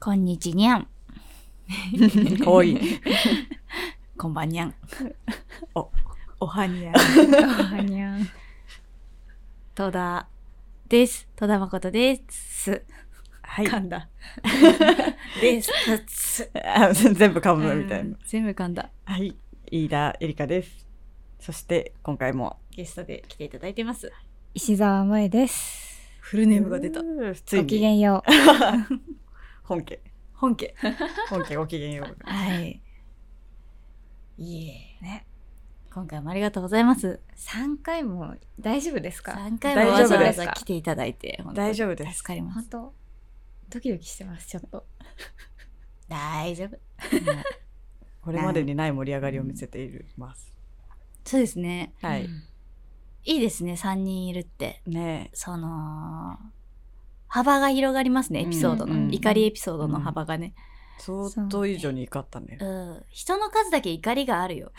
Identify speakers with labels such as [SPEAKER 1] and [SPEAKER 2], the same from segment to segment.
[SPEAKER 1] こんにちにゃん。
[SPEAKER 2] かわい い。
[SPEAKER 1] こんばん にゃん。
[SPEAKER 2] おはにゃ。
[SPEAKER 1] にゃん。戸田です。戸田誠です。
[SPEAKER 2] はい。
[SPEAKER 1] んだ。です。たつ
[SPEAKER 2] あ全部噛むみたいな。
[SPEAKER 1] 全部噛んだ。
[SPEAKER 2] はい。飯田エリカです。そして、今回も。
[SPEAKER 1] ゲストで来ていただいてます。
[SPEAKER 3] 石澤萌えです。
[SPEAKER 1] フルネームが出た
[SPEAKER 2] う。ー。つい
[SPEAKER 3] ごきげ
[SPEAKER 2] に。
[SPEAKER 3] んよ
[SPEAKER 2] 本家。
[SPEAKER 1] 本家。
[SPEAKER 2] 本家ごきげん よう。
[SPEAKER 1] はい。いえ。
[SPEAKER 3] ね。
[SPEAKER 1] 今回もありがとうございます。
[SPEAKER 3] う。三回も大丈夫ですか？
[SPEAKER 1] 3回もわ
[SPEAKER 2] 大丈
[SPEAKER 1] ざ
[SPEAKER 2] 夫
[SPEAKER 1] わ
[SPEAKER 2] です
[SPEAKER 1] ざ来ていただいて、本当に
[SPEAKER 2] 大丈夫です
[SPEAKER 1] 助かりま
[SPEAKER 3] 本
[SPEAKER 1] す。
[SPEAKER 3] 当ドキドキしてますちょっと。
[SPEAKER 1] 大丈夫。
[SPEAKER 2] これまでにない盛り上がりを見せています。
[SPEAKER 1] そうですね。
[SPEAKER 2] は
[SPEAKER 3] う
[SPEAKER 2] い。
[SPEAKER 3] ん
[SPEAKER 1] いいですね、3人いるって。
[SPEAKER 2] ね
[SPEAKER 1] その、幅が広がりますね、エピソードの。
[SPEAKER 3] うんうんうん
[SPEAKER 1] 怒りエピソードの幅がね。
[SPEAKER 2] え、相当以上に怒ったね
[SPEAKER 1] う。ん。人の数だけ怒りがあるよ。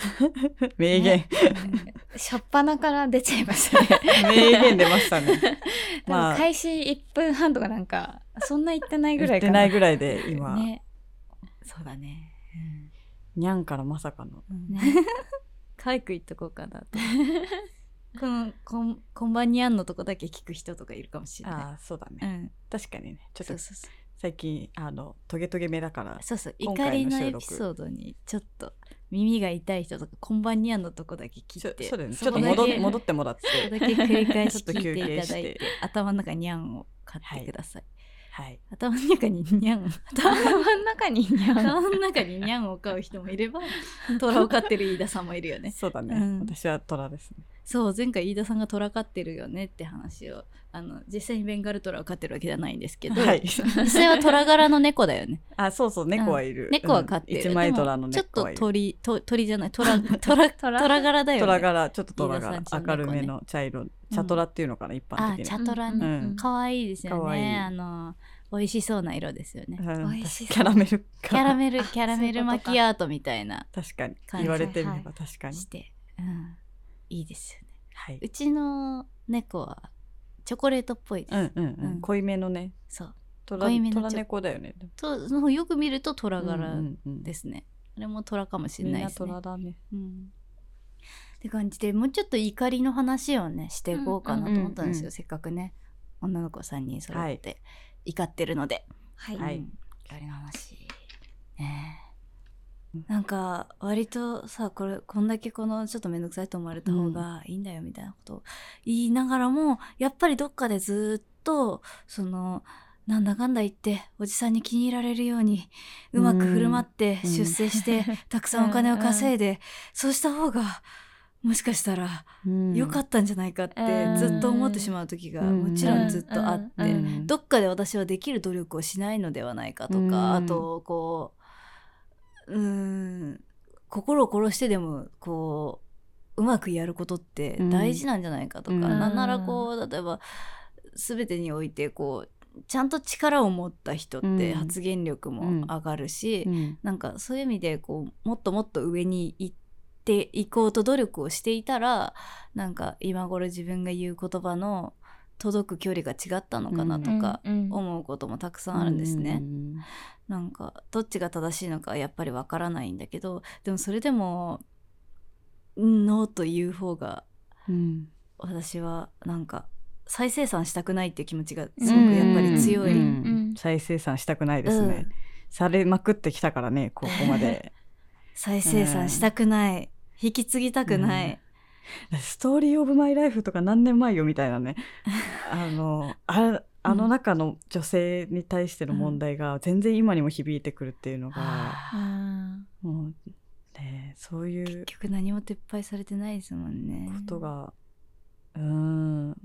[SPEAKER 2] 名言。
[SPEAKER 3] 初っ端から出ちゃい ましたね。
[SPEAKER 2] 名言出ましたね。
[SPEAKER 3] でも
[SPEAKER 2] まあ、
[SPEAKER 3] 開始一分半とかなんかそんな言ってないぐら
[SPEAKER 2] 言っ
[SPEAKER 3] い
[SPEAKER 2] て
[SPEAKER 3] か
[SPEAKER 2] な
[SPEAKER 3] な。
[SPEAKER 2] いぐらいで、今、
[SPEAKER 3] ね。
[SPEAKER 1] そうだね。
[SPEAKER 2] にゃんからまさかの。
[SPEAKER 1] ね。 可愛く言っとこうか なと。この、こん、こんばんにゃんのとこだけ聞く人とかいるかもしれな
[SPEAKER 2] ああ、そうだ
[SPEAKER 1] い。う
[SPEAKER 2] ね。
[SPEAKER 1] ん。
[SPEAKER 2] 確かにね。ちょっ
[SPEAKER 1] そ
[SPEAKER 2] と
[SPEAKER 1] うそうそう。
[SPEAKER 2] 最近、あの、トゲトゲ目だから、
[SPEAKER 1] そうそう
[SPEAKER 2] 今
[SPEAKER 1] 怒
[SPEAKER 2] 回
[SPEAKER 1] り
[SPEAKER 2] の
[SPEAKER 1] の
[SPEAKER 2] 収録
[SPEAKER 1] エピソードにちょっと耳が痛い人とかこんばんにゃんのとこだけ
[SPEAKER 2] ち
[SPEAKER 1] 聞
[SPEAKER 2] ょ
[SPEAKER 1] いて
[SPEAKER 2] そうだよね。ちょ
[SPEAKER 1] そ
[SPEAKER 2] っ
[SPEAKER 1] ことだけ
[SPEAKER 2] 戻戻ってもらって。
[SPEAKER 1] そこだけ繰り返し
[SPEAKER 2] ちょっと
[SPEAKER 1] 聞
[SPEAKER 2] 休
[SPEAKER 1] いてい
[SPEAKER 2] 憩
[SPEAKER 1] た
[SPEAKER 2] し
[SPEAKER 1] だい
[SPEAKER 2] て
[SPEAKER 1] て頭の中にゃんを買ってください、
[SPEAKER 2] はい。
[SPEAKER 1] 頭の中ににゃん
[SPEAKER 3] 頭の中ににゃん。
[SPEAKER 1] 頭の中ににゃんを飼う人もいれば虎を飼ってる飯田さんもいるよね
[SPEAKER 2] そうだね。
[SPEAKER 1] うん
[SPEAKER 2] 私は虎ですね。
[SPEAKER 1] そう前回飯田さんが虎飼ってるよねって話をあの実際にベンガル虎を飼ってるわけじゃないんですけど、
[SPEAKER 2] はい。
[SPEAKER 1] 実際は虎柄の猫だよね
[SPEAKER 2] あ、そうそう、猫はいる。
[SPEAKER 1] 猫は飼ってる、
[SPEAKER 2] うん一枚虎の
[SPEAKER 1] でもち
[SPEAKER 2] 猫
[SPEAKER 1] ょ
[SPEAKER 2] は
[SPEAKER 1] っ
[SPEAKER 2] い
[SPEAKER 1] と
[SPEAKER 2] る。
[SPEAKER 1] 鳥と鳥じゃない虎虎虎柄だよね
[SPEAKER 2] 虎柄、ちょっと虎
[SPEAKER 1] 飯
[SPEAKER 2] 柄
[SPEAKER 1] 田さんちの、猫
[SPEAKER 2] 明
[SPEAKER 1] ね
[SPEAKER 2] るめの茶色、茶虎っていうのかな、一般
[SPEAKER 1] あ、
[SPEAKER 2] 的
[SPEAKER 1] チ
[SPEAKER 2] に。
[SPEAKER 1] ャトラね。
[SPEAKER 2] うん
[SPEAKER 1] 可愛いですよ
[SPEAKER 2] 可愛い
[SPEAKER 1] ね。あの、美味しそうな色ですよね。
[SPEAKER 2] うん
[SPEAKER 3] 美味しそう
[SPEAKER 2] キャラメル
[SPEAKER 1] キャラメ
[SPEAKER 2] メ
[SPEAKER 1] ル、
[SPEAKER 3] あ
[SPEAKER 1] キャラメル
[SPEAKER 3] そういう
[SPEAKER 1] マ
[SPEAKER 3] ことか
[SPEAKER 1] キアートみたいな
[SPEAKER 2] 確かに。
[SPEAKER 1] 感じ
[SPEAKER 2] 言われてみれば確かに。
[SPEAKER 1] して、うん、いいですよね。
[SPEAKER 2] はい。
[SPEAKER 1] うちの猫はチョコレートっぽいです。
[SPEAKER 2] うんうんう
[SPEAKER 1] うん
[SPEAKER 2] ん。濃いめのね。
[SPEAKER 1] そう。
[SPEAKER 2] 虎
[SPEAKER 1] 濃いめのちょ
[SPEAKER 2] 虎猫だよね。
[SPEAKER 1] と、そのよく見ると虎
[SPEAKER 2] う
[SPEAKER 1] 柄
[SPEAKER 2] んうんうん
[SPEAKER 1] ですね。あれも虎かもしれ
[SPEAKER 2] みん
[SPEAKER 1] ない
[SPEAKER 2] な
[SPEAKER 1] ですね。
[SPEAKER 2] 虎だね。
[SPEAKER 1] うんって感じでもうちょっと怒りの話をねしていこうかなと思ったんですよ、
[SPEAKER 2] うんうんうん
[SPEAKER 1] せっかくね女の子3人揃って、怒ってるので、
[SPEAKER 3] はい。
[SPEAKER 2] はい
[SPEAKER 1] うん怒りの話ねえなんか割とさこれこんだけこのちょっと面倒くさいと思われた方がいいんだよみたいなことを言いながらもやっぱりどっかでずっとそのなんだかんだ言っておじさんに気に入られるようにうまく振る舞って
[SPEAKER 2] うん
[SPEAKER 1] 出世して、たくさんお金を稼いで、そうした方がもしかしたら良か
[SPEAKER 2] っ
[SPEAKER 1] ったんじゃないかって
[SPEAKER 3] うん
[SPEAKER 1] ずっと思ってしまう時が
[SPEAKER 2] うん
[SPEAKER 1] もちろんずっとあって、
[SPEAKER 3] うん
[SPEAKER 2] うん
[SPEAKER 1] どっかで私はできる努力をしないのではないかとか、
[SPEAKER 2] うん
[SPEAKER 1] あとこううーん心を殺してでもこううまくやることって大事なんじゃないかとか、
[SPEAKER 2] うん
[SPEAKER 1] なんならこう例えば全てにおいてこうちゃんと力を持った人っ
[SPEAKER 2] う
[SPEAKER 1] て
[SPEAKER 2] ん
[SPEAKER 1] 発言力も上がるし、なんかそういう意味でこうもっともっと上に行っていこうと努力をしていたらなんか今頃自分が言う言葉の届く距離が違ったのかなとか
[SPEAKER 3] うんうん
[SPEAKER 1] 思うこともたくさんあるんですね。
[SPEAKER 2] うん
[SPEAKER 1] なんかどっちが正しいのかはやっぱりわからないんだけどでもそれでも「うんノー」という方が
[SPEAKER 2] うん
[SPEAKER 1] 私はなんか再生産したくないっていう気持ちが
[SPEAKER 3] す
[SPEAKER 1] す
[SPEAKER 3] ご
[SPEAKER 1] ご
[SPEAKER 3] く
[SPEAKER 1] くや
[SPEAKER 3] やっ
[SPEAKER 1] っ
[SPEAKER 3] ぱ
[SPEAKER 1] ぱ
[SPEAKER 3] り
[SPEAKER 1] り
[SPEAKER 3] 強
[SPEAKER 1] 強
[SPEAKER 3] い
[SPEAKER 1] い。
[SPEAKER 2] うん
[SPEAKER 3] うんうん
[SPEAKER 2] 再生産したくないです
[SPEAKER 1] う
[SPEAKER 2] ね、
[SPEAKER 1] ん
[SPEAKER 2] されまくってきたからねここまで
[SPEAKER 1] 再生産したくない、引き継ぎたくない、
[SPEAKER 2] うんストーリー・オブ・マイ・ライフとか何年前よみたい なねあのああの中の女性に対しての問題が全然今にも響いてくるっていうのが、
[SPEAKER 1] はあ
[SPEAKER 3] あ
[SPEAKER 2] もうねそうい
[SPEAKER 1] 結
[SPEAKER 2] う
[SPEAKER 1] 局何も撤廃されてないですもんね
[SPEAKER 2] こ。とがうん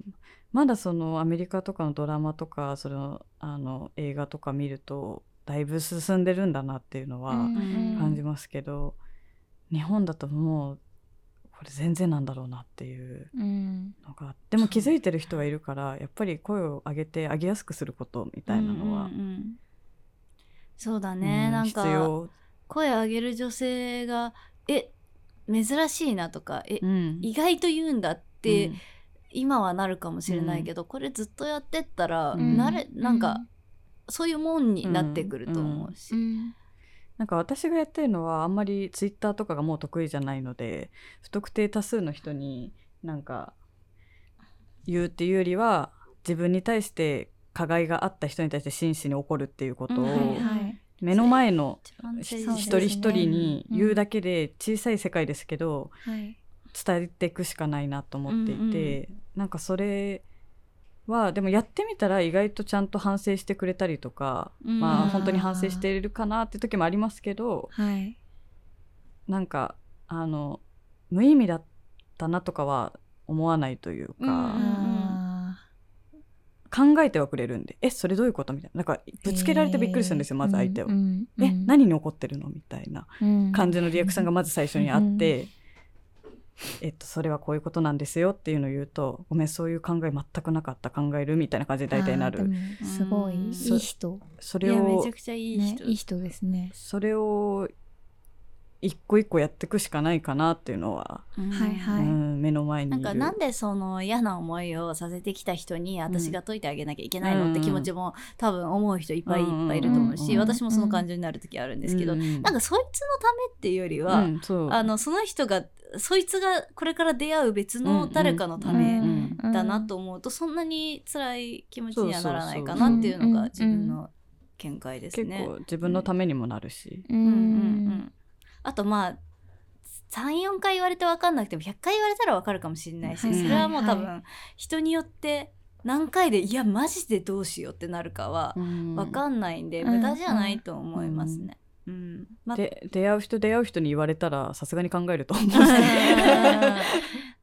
[SPEAKER 2] まだそのアメリカとかのドラマとかそのあの映画とか見るとだいぶ進んでるんだなっていうの
[SPEAKER 3] ー
[SPEAKER 2] は、
[SPEAKER 3] うんうん
[SPEAKER 2] 感じますけど、日本だともうこれ全然なんだろうなっていう
[SPEAKER 3] うん
[SPEAKER 2] のがあってでも気づいてる人はいるからやっぱり声を上げて上げやすくすることみたいなのは、
[SPEAKER 1] うんうんうんそうだね、
[SPEAKER 2] うん
[SPEAKER 1] なん
[SPEAKER 2] 必
[SPEAKER 1] か
[SPEAKER 2] 要、
[SPEAKER 1] 声上げる女性が「え珍しいな」とか「え、
[SPEAKER 2] うん
[SPEAKER 1] 意外と言うんだ」って、今はなるかもしれないけど、これずっとやってったら、
[SPEAKER 2] うん
[SPEAKER 1] なれなんか、そういうもんになってくると思うし、
[SPEAKER 2] なんか私がやってるのはあんまりツイッターとかがもう得意じゃないので不特定多数の人になんか言うっていうよりは自分に対して加害があった人に対して真摯に怒るっていうこと
[SPEAKER 1] うん
[SPEAKER 3] はい
[SPEAKER 2] を
[SPEAKER 3] はい
[SPEAKER 2] 目の前の
[SPEAKER 1] 一番大
[SPEAKER 2] 一
[SPEAKER 1] 事
[SPEAKER 3] そうです
[SPEAKER 2] 人
[SPEAKER 3] ね
[SPEAKER 2] 一人に言うだけで小さい世界ですけど
[SPEAKER 3] はい
[SPEAKER 2] 伝えていくしかないなと思っていて、
[SPEAKER 1] う
[SPEAKER 2] なんかそれはでもやってみたら意外とちゃんと反省してくれたりとか、
[SPEAKER 1] うん
[SPEAKER 2] ま
[SPEAKER 3] あ
[SPEAKER 2] あ
[SPEAKER 3] ー
[SPEAKER 2] 本当に反省しているかなって時もありますけど
[SPEAKER 3] はい
[SPEAKER 2] なんかあの無意味だったなとかは思わないというか、
[SPEAKER 1] うん
[SPEAKER 3] あ
[SPEAKER 2] 考えてはくれるんでえそれどういうことみたいななんか
[SPEAKER 3] ー
[SPEAKER 2] ぶつけられてびっくりするんですよまず相手は。
[SPEAKER 3] うんうん
[SPEAKER 2] え何に怒ってるのみたいな
[SPEAKER 3] うん
[SPEAKER 2] 感じのリアクションがまず最初にあって、えっと、それはこういうことなんですよっていうのを言うと、ごめん、そういう考え全くなかった、考えるみたいな感じで大体な
[SPEAKER 3] あー
[SPEAKER 2] る。
[SPEAKER 3] でもすごい
[SPEAKER 1] うん
[SPEAKER 3] いい人
[SPEAKER 2] そ
[SPEAKER 1] い
[SPEAKER 2] れ
[SPEAKER 1] やめ
[SPEAKER 2] を
[SPEAKER 1] ちゃ、くちゃいい
[SPEAKER 3] ね
[SPEAKER 1] 人、
[SPEAKER 3] いい人ですね
[SPEAKER 2] それを一個一個やっていくしかないかなっていうのは、
[SPEAKER 1] うん
[SPEAKER 3] はいは
[SPEAKER 2] う
[SPEAKER 3] い
[SPEAKER 2] ん目の前にい
[SPEAKER 1] な
[SPEAKER 2] る。
[SPEAKER 1] んかなんでその嫌な思いをさせてきた人に私が解いてあげなきゃいけないのって気持ちも多分思う人いっぱいいっぱいいると思う
[SPEAKER 2] うん
[SPEAKER 1] し、
[SPEAKER 2] うん
[SPEAKER 1] 私もその感情になる時あるんですけど、
[SPEAKER 2] う
[SPEAKER 1] なんかそいつのためっていうよりは、
[SPEAKER 2] うんそう
[SPEAKER 1] あのその人がそいつがこれから出会う別の誰かのた
[SPEAKER 2] う
[SPEAKER 1] め
[SPEAKER 2] ん
[SPEAKER 1] だなと思うと、そんなに辛い気持ちにはならないかなっていうのが自分の見解です
[SPEAKER 2] 結
[SPEAKER 1] ね。
[SPEAKER 2] 構自分のためにもなるし。
[SPEAKER 3] うんう
[SPEAKER 1] うんん
[SPEAKER 3] う
[SPEAKER 1] うんうんんあとまあ34回言われて分かんなくても100回言われたら分かるかもしれないし、
[SPEAKER 2] はい
[SPEAKER 1] それはもう多
[SPEAKER 3] は
[SPEAKER 1] 分人によって何回でいやマジでどうしようってなるかは
[SPEAKER 2] わ
[SPEAKER 1] 分かんないんで、
[SPEAKER 3] うん
[SPEAKER 1] 無駄じゃないと思いますね。うんまあ
[SPEAKER 2] で出会う人出会う人に言われたらさすがに考え ると 思うし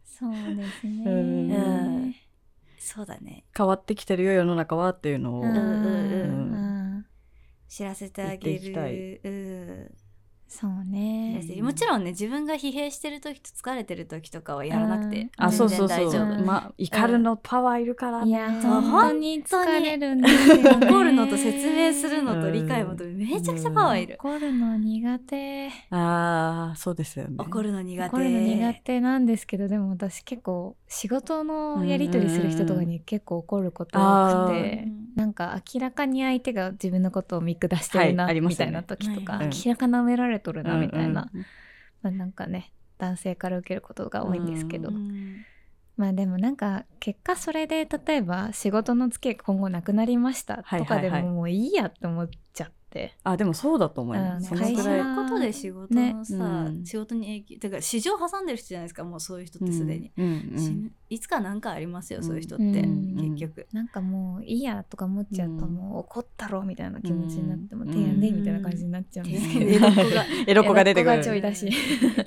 [SPEAKER 3] そうです
[SPEAKER 2] う
[SPEAKER 1] うん
[SPEAKER 3] ね
[SPEAKER 1] そうだね
[SPEAKER 2] 変わってきてるよ世の中はっていうのを、
[SPEAKER 3] うん
[SPEAKER 1] ん
[SPEAKER 2] うん
[SPEAKER 3] うん
[SPEAKER 1] 知らせてあ
[SPEAKER 2] 言
[SPEAKER 1] げ
[SPEAKER 2] っていきた
[SPEAKER 1] る。うん
[SPEAKER 3] そう
[SPEAKER 1] 知
[SPEAKER 3] ね
[SPEAKER 1] らせてもちろんね自分が疲弊してる時と疲れてる時とかはやらなくて
[SPEAKER 2] あそうそうそ
[SPEAKER 1] 全
[SPEAKER 2] う、
[SPEAKER 1] 然大丈夫
[SPEAKER 2] まあ怒るのパワーいるから
[SPEAKER 3] いや
[SPEAKER 1] そう
[SPEAKER 3] 本当に
[SPEAKER 1] 本当
[SPEAKER 3] 疲
[SPEAKER 1] に
[SPEAKER 3] れるんですよね
[SPEAKER 1] 怒るのと説明するのと理解もとめちゃくちゃパワーいる。
[SPEAKER 3] 怒るの苦手
[SPEAKER 2] ああそうですよね。
[SPEAKER 1] 怒るの苦手。
[SPEAKER 3] 怒るの苦手なんですけどでも私結構仕事のやり取りする人とかに結構怒ること多
[SPEAKER 2] う
[SPEAKER 3] く
[SPEAKER 2] んうん
[SPEAKER 3] てなんか明らかに相手が自分のことを見下してるな、
[SPEAKER 2] はいあります
[SPEAKER 3] みた
[SPEAKER 2] よね
[SPEAKER 3] いな時とか、
[SPEAKER 1] はい
[SPEAKER 2] はい
[SPEAKER 3] 明らかなめられとるなみたいな、
[SPEAKER 2] うんうん
[SPEAKER 3] まあ、なんかね男性から受けることが多いんですけど、
[SPEAKER 2] う
[SPEAKER 3] まあでもなんか結果それで例えば仕事の付き合いが今後なくなりました
[SPEAKER 2] はい
[SPEAKER 3] とかで
[SPEAKER 2] はいは
[SPEAKER 3] ももういいやって思っちゃって、
[SPEAKER 2] あでもそうだと思いま
[SPEAKER 3] うん
[SPEAKER 2] す。その
[SPEAKER 1] 会
[SPEAKER 2] く
[SPEAKER 1] 社
[SPEAKER 2] らい
[SPEAKER 1] のことで仕事のさ、
[SPEAKER 2] ねうん
[SPEAKER 1] 仕事に影響てか市場挟んでる人じゃないですかもうそういう人ってすでに、
[SPEAKER 2] うん
[SPEAKER 1] 死ぬいつか何かありますよ、そういう人って、
[SPEAKER 3] うん
[SPEAKER 1] 結局、
[SPEAKER 3] なんかもういいやとか思っちゃうともう怒ったろうみたいな気持ちになっても、
[SPEAKER 2] うん
[SPEAKER 3] 手やんでみたいな感じになっちゃうんですけど、
[SPEAKER 2] うん
[SPEAKER 1] エロ子が
[SPEAKER 2] エロ子が出 てく
[SPEAKER 3] エロ子がちょい
[SPEAKER 2] る。
[SPEAKER 3] 出し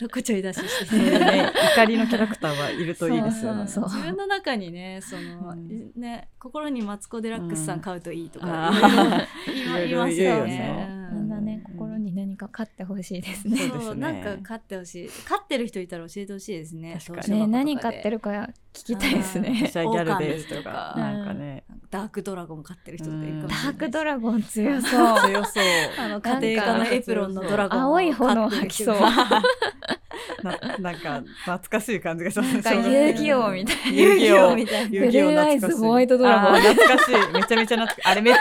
[SPEAKER 1] ロコちょい出しして
[SPEAKER 2] そういうね怒りのキャラクターはいるといいですよね。
[SPEAKER 3] そう
[SPEAKER 1] 自分の中にねその、
[SPEAKER 2] うん
[SPEAKER 1] ね心にマツコ・デラックスさん買うといいとか、
[SPEAKER 2] うん
[SPEAKER 1] いろいろ言
[SPEAKER 2] あ
[SPEAKER 1] い
[SPEAKER 2] いろ
[SPEAKER 1] ま
[SPEAKER 2] いろ
[SPEAKER 1] す
[SPEAKER 2] 言
[SPEAKER 1] よ
[SPEAKER 2] うよ
[SPEAKER 1] ね
[SPEAKER 2] ね。
[SPEAKER 1] う
[SPEAKER 3] み
[SPEAKER 1] ん
[SPEAKER 3] んなね
[SPEAKER 2] うん
[SPEAKER 3] 心に何か勝ってほしいです
[SPEAKER 2] そう
[SPEAKER 3] ね。
[SPEAKER 2] です
[SPEAKER 1] そう
[SPEAKER 2] ね
[SPEAKER 1] なんか飼ってほしい飼ってる人いたら教えてほしいですね
[SPEAKER 2] 確かに
[SPEAKER 1] 投資箱
[SPEAKER 3] ね
[SPEAKER 1] とで
[SPEAKER 3] 何買ってるか聞きたいです
[SPEAKER 1] あー
[SPEAKER 3] ね
[SPEAKER 2] 私。はギャルです
[SPEAKER 1] 狼
[SPEAKER 2] とか
[SPEAKER 1] とか
[SPEAKER 2] なんかね
[SPEAKER 1] ダークドラゴン飼ってる人とかいるかもしれ
[SPEAKER 3] ダ
[SPEAKER 1] ないし
[SPEAKER 3] ークドラゴン強そう。
[SPEAKER 2] 強そう。
[SPEAKER 1] あの家庭科のエプロンのドラゴン
[SPEAKER 3] 青い炎吐きそう。
[SPEAKER 1] あ
[SPEAKER 2] な なんか懐かしい感じがします
[SPEAKER 3] な
[SPEAKER 2] ね
[SPEAKER 3] んか
[SPEAKER 2] そう
[SPEAKER 3] 遊戯王みたいな。
[SPEAKER 2] 遊戯王
[SPEAKER 1] みたいな
[SPEAKER 2] 遊戯王
[SPEAKER 3] ブルーアイズホワイトドラゴン
[SPEAKER 2] あー懐かしい。めちゃめちゃ懐かしい。あれめっち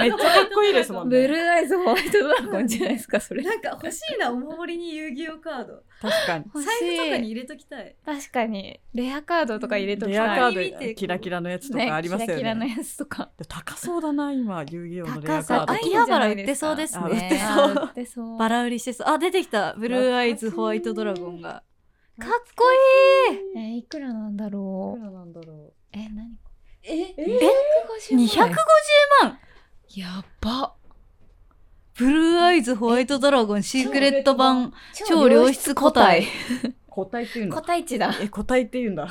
[SPEAKER 2] ゃ、めっちゃかっこいいですもん
[SPEAKER 3] ブル
[SPEAKER 2] ね。
[SPEAKER 3] ーアイズホワイトドラゴンじゃないですかそれ。
[SPEAKER 1] なんか欲しいなお守りに遊戯王カード
[SPEAKER 2] 確かに。
[SPEAKER 3] 欲し
[SPEAKER 1] 財布とかに
[SPEAKER 3] い
[SPEAKER 1] 入れときたい
[SPEAKER 3] 確かにレアカードとか入れとき
[SPEAKER 2] レ
[SPEAKER 3] たい。
[SPEAKER 2] アカ
[SPEAKER 1] 見
[SPEAKER 2] ー
[SPEAKER 1] て
[SPEAKER 2] ド、キラキラのやつとかありますよね。
[SPEAKER 3] キラキラのやつとか。
[SPEAKER 2] でも高そうだな、今、遊戯王のレアカー
[SPEAKER 1] 高
[SPEAKER 2] ドとか。
[SPEAKER 1] さ秋葉原売ってそうですね
[SPEAKER 3] あ売ってそう。売ってそう。
[SPEAKER 1] バラ売りしてそうあ出てきたブルーアイズホワイトドラゴンがかっこいい
[SPEAKER 3] えーいくらなんだろう。
[SPEAKER 2] らなんだろ
[SPEAKER 3] え何？
[SPEAKER 1] え
[SPEAKER 2] え
[SPEAKER 3] 250
[SPEAKER 1] 二百
[SPEAKER 3] 万
[SPEAKER 1] 五十万
[SPEAKER 3] やば。
[SPEAKER 1] ブルーアイズホワイトドラゴンシークレット版超良質個体。
[SPEAKER 2] 個体っていうん
[SPEAKER 3] 個
[SPEAKER 2] だ。
[SPEAKER 3] 体値だ。
[SPEAKER 2] え、個体っていうんだ。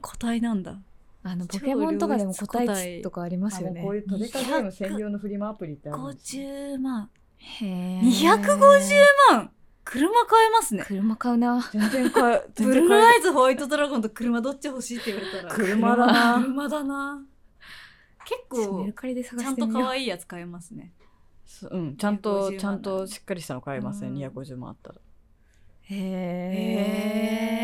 [SPEAKER 1] 個体なんだ
[SPEAKER 3] あのポケモンとかでも個体値とかありますよね。
[SPEAKER 2] いう
[SPEAKER 1] トレカゲーム専用
[SPEAKER 2] のフリマアプリって
[SPEAKER 1] 五十万
[SPEAKER 3] へえ
[SPEAKER 1] 二百五十万車買えますね
[SPEAKER 3] 車買うな。
[SPEAKER 2] 全然買え、
[SPEAKER 1] ブルーアイズホワイトドラゴンと車どっち欲しいって言われたら
[SPEAKER 2] 車だな
[SPEAKER 1] 車だな結
[SPEAKER 3] メ
[SPEAKER 1] 構
[SPEAKER 3] ルカリで探
[SPEAKER 1] ちゃ
[SPEAKER 3] し
[SPEAKER 1] ん
[SPEAKER 3] て
[SPEAKER 1] と
[SPEAKER 3] み
[SPEAKER 1] 可
[SPEAKER 3] よう。
[SPEAKER 1] 愛いやつ買えますね
[SPEAKER 2] うん、ちゃん
[SPEAKER 1] 250
[SPEAKER 2] と、
[SPEAKER 1] 万
[SPEAKER 2] ちゃんとしっかりしたの買えますね。
[SPEAKER 1] うん
[SPEAKER 2] 250万あったら。
[SPEAKER 3] へ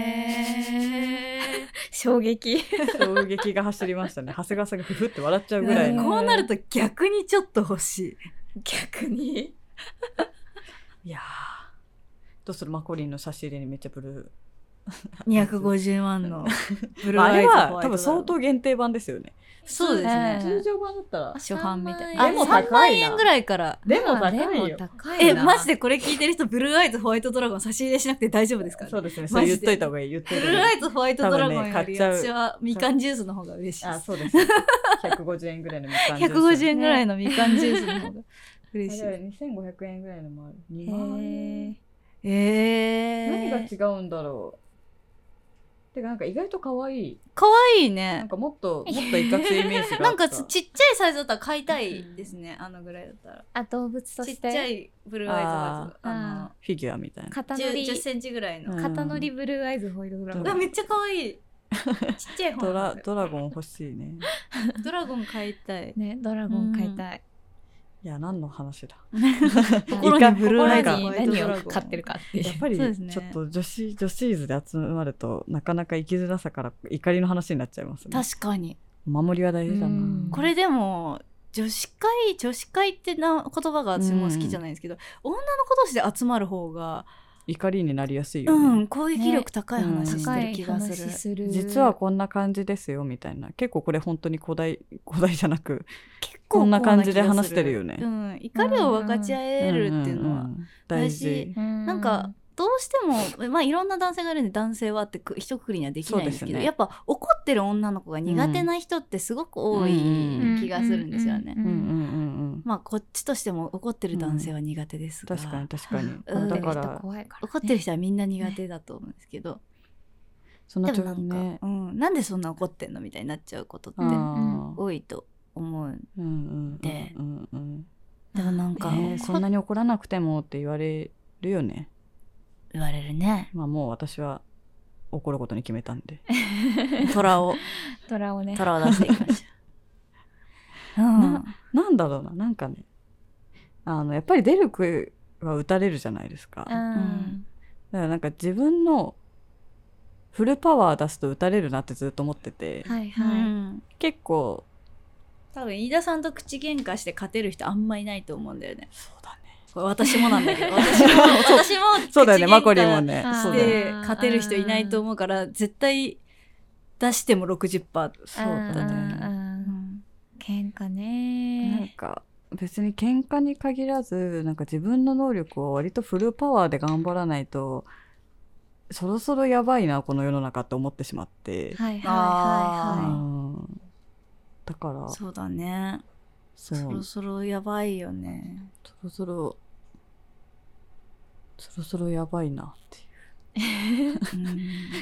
[SPEAKER 3] え。
[SPEAKER 1] え
[SPEAKER 3] 衝撃
[SPEAKER 2] 衝撃が走りましたね長谷川さんがふふって笑っちゃうぐらい
[SPEAKER 1] なん
[SPEAKER 2] の
[SPEAKER 1] かこうなると逆にちょっと欲しい。
[SPEAKER 3] 逆に
[SPEAKER 2] いやーどうするマコリンの差し入れにめっちゃブル
[SPEAKER 1] 250万のブル
[SPEAKER 2] ー、
[SPEAKER 1] ー
[SPEAKER 2] まあ、あ
[SPEAKER 1] アイ
[SPEAKER 2] れ
[SPEAKER 1] ズ
[SPEAKER 2] は
[SPEAKER 1] ホワイ
[SPEAKER 2] 多
[SPEAKER 1] ト
[SPEAKER 2] 分相当限定版ですよね
[SPEAKER 1] そうですね。
[SPEAKER 3] ええ
[SPEAKER 2] 通常版だったら
[SPEAKER 1] 初版みたい
[SPEAKER 3] あ
[SPEAKER 1] な。
[SPEAKER 3] でも
[SPEAKER 2] 高いな
[SPEAKER 1] 3万円ぐらいから。
[SPEAKER 2] でも高いよ
[SPEAKER 3] まあでも高い
[SPEAKER 1] え、
[SPEAKER 3] な
[SPEAKER 1] マジでこれ聞いてる人、ブルーアイズホワイトドラゴン差し入れしなくて大丈夫ですか
[SPEAKER 2] そ
[SPEAKER 1] ら
[SPEAKER 2] うですねそ
[SPEAKER 1] マ
[SPEAKER 2] れ
[SPEAKER 1] ジで
[SPEAKER 2] 言っといた方がいい言っと
[SPEAKER 1] ブ
[SPEAKER 2] いた
[SPEAKER 1] ルーア
[SPEAKER 2] 方がいい
[SPEAKER 1] イズホワイトドラゴンより、
[SPEAKER 2] 多分ね買っち
[SPEAKER 1] 私
[SPEAKER 2] ゃう
[SPEAKER 1] はみかんジュースの方が嬉しいで
[SPEAKER 2] あ
[SPEAKER 1] す。
[SPEAKER 2] そうですね150円ぐらいのみかんジュース
[SPEAKER 1] 150円ぐらいのみかんジュースの方が
[SPEAKER 2] あ
[SPEAKER 1] 嬉しい。
[SPEAKER 2] れ2500円ぐらいのもある2万円
[SPEAKER 1] へえ。え
[SPEAKER 2] 何が
[SPEAKER 1] ー。
[SPEAKER 2] 違うんだろうてかなんか意外と可愛い
[SPEAKER 1] かわいい
[SPEAKER 2] なん
[SPEAKER 1] ね。
[SPEAKER 2] かもっともっといかついイメージがあった
[SPEAKER 1] なんかちちっちゃいサイズだったら買いたいですね、あのぐらいだったら。
[SPEAKER 3] あ動物と
[SPEAKER 1] ちっ
[SPEAKER 3] し
[SPEAKER 1] ちゃ
[SPEAKER 3] て
[SPEAKER 1] いブルーアイズホワイト
[SPEAKER 3] あー
[SPEAKER 1] あ
[SPEAKER 2] フィギュアみたいな
[SPEAKER 3] 肩
[SPEAKER 1] の
[SPEAKER 3] 乗
[SPEAKER 1] 10,
[SPEAKER 3] り
[SPEAKER 1] 10センチぐらいの。
[SPEAKER 2] うん
[SPEAKER 3] 肩乗りブルーアイズホイールドラゴ
[SPEAKER 1] うわ
[SPEAKER 3] ン
[SPEAKER 1] めっちゃ可愛 い。ちっちゃい方
[SPEAKER 2] ド
[SPEAKER 1] な
[SPEAKER 2] ラ
[SPEAKER 1] んですよ
[SPEAKER 2] ドラゴン欲しいね
[SPEAKER 1] ドラゴン買いた い。
[SPEAKER 3] ねドラゴン買いたい
[SPEAKER 2] いや何の話だ
[SPEAKER 1] 心にブルーアイズ
[SPEAKER 2] が
[SPEAKER 3] 心に何を買ってるかっていう
[SPEAKER 2] やっぱり
[SPEAKER 1] そうですね
[SPEAKER 2] ちょっと女子、女子イズで集まるとなかなか生きづらさから怒りの話になっちゃいますね。
[SPEAKER 1] 確かに。
[SPEAKER 2] お守りは大事だ
[SPEAKER 3] うん
[SPEAKER 2] な。
[SPEAKER 1] これでも、女子会、女子会ってな言葉が私も好きじゃないんですけど、女の子同士で集まる方が、
[SPEAKER 2] 怒りになりやすいよ
[SPEAKER 1] う
[SPEAKER 2] ね。
[SPEAKER 1] ん、攻撃力高い話し
[SPEAKER 3] 高
[SPEAKER 1] てる
[SPEAKER 3] い
[SPEAKER 1] 気がする。
[SPEAKER 3] 話する
[SPEAKER 2] 実はこんな感じですよみたいな結構これ本当に古代 古代じゃなく
[SPEAKER 1] 結
[SPEAKER 2] 構こんな感じで話してるよね
[SPEAKER 1] うん、怒りを分かち合えるっていうのは
[SPEAKER 2] んんん大事
[SPEAKER 3] な
[SPEAKER 1] なんかどうしても、まあ、いろんな男性がいるんで男性はってく一括りにはできないんですけ
[SPEAKER 2] そう
[SPEAKER 1] ど
[SPEAKER 2] ですね
[SPEAKER 1] やっぱ怒ってる女の子が苦手な人ってすごく多い
[SPEAKER 2] うん
[SPEAKER 1] 気がするんですよね。
[SPEAKER 2] うんうんうんうん
[SPEAKER 1] まあこっちとしても怒ってる男性は苦手ですが、
[SPEAKER 2] 確かに確かに
[SPEAKER 1] うん
[SPEAKER 2] だか
[SPEAKER 3] 怒ってる人
[SPEAKER 2] ら
[SPEAKER 3] 怖いからね
[SPEAKER 1] 怒ってる人はみんな苦手だと思うんですけど、
[SPEAKER 2] そんな
[SPEAKER 1] で
[SPEAKER 2] 時
[SPEAKER 1] もなんか、
[SPEAKER 2] ね
[SPEAKER 1] うん、なんでそんな怒ってんのみたいになっちゃうことって
[SPEAKER 2] あー
[SPEAKER 1] 多いと思う
[SPEAKER 2] うんうん
[SPEAKER 1] で
[SPEAKER 2] うんうん
[SPEAKER 1] でもなん
[SPEAKER 2] う
[SPEAKER 1] か
[SPEAKER 2] んねそんなに怒らなくてもって言われるよね
[SPEAKER 1] 言われるね
[SPEAKER 2] まあもう私は怒ることに決めたんで
[SPEAKER 1] 虎 を
[SPEAKER 3] 虎をね
[SPEAKER 1] 虎を出していきました。 うん
[SPEAKER 2] なんだろうな、なんかね、あの、やっぱり出る杭は打たれるじゃないですか。
[SPEAKER 3] う
[SPEAKER 2] だか
[SPEAKER 3] ん
[SPEAKER 2] らなんか自分のフルパワー出すと打たれるなってずっと思ってて、
[SPEAKER 3] はいうはい
[SPEAKER 1] ん
[SPEAKER 2] 結構、
[SPEAKER 1] 多分飯田さんと口喧嘩して勝てる人あんまいないと思うんだよね
[SPEAKER 2] そうだね。
[SPEAKER 1] これ私もなんだけど私も私も口
[SPEAKER 2] そうだよね、マコリンも
[SPEAKER 1] 喧
[SPEAKER 2] ね。
[SPEAKER 3] あー
[SPEAKER 2] そ
[SPEAKER 1] 嘩
[SPEAKER 2] う
[SPEAKER 1] し
[SPEAKER 2] だよね。
[SPEAKER 1] て勝てる人いないと思うから絶対出しても60%、
[SPEAKER 2] そうだ
[SPEAKER 3] う
[SPEAKER 2] ね。
[SPEAKER 3] ん
[SPEAKER 1] うん
[SPEAKER 3] 喧嘩
[SPEAKER 2] なん
[SPEAKER 3] ね
[SPEAKER 2] か、別に喧嘩に限らず、なんか自分の能力を割とフルパワーで頑張らないと、そろそろやばいな、この世の中って思ってしまって。
[SPEAKER 3] はいはい
[SPEAKER 2] う
[SPEAKER 3] は
[SPEAKER 2] んだから、
[SPEAKER 1] そうだね
[SPEAKER 2] そ
[SPEAKER 1] そろそろやばいよね
[SPEAKER 2] そろそろ、そろそろやばいなっていう。だ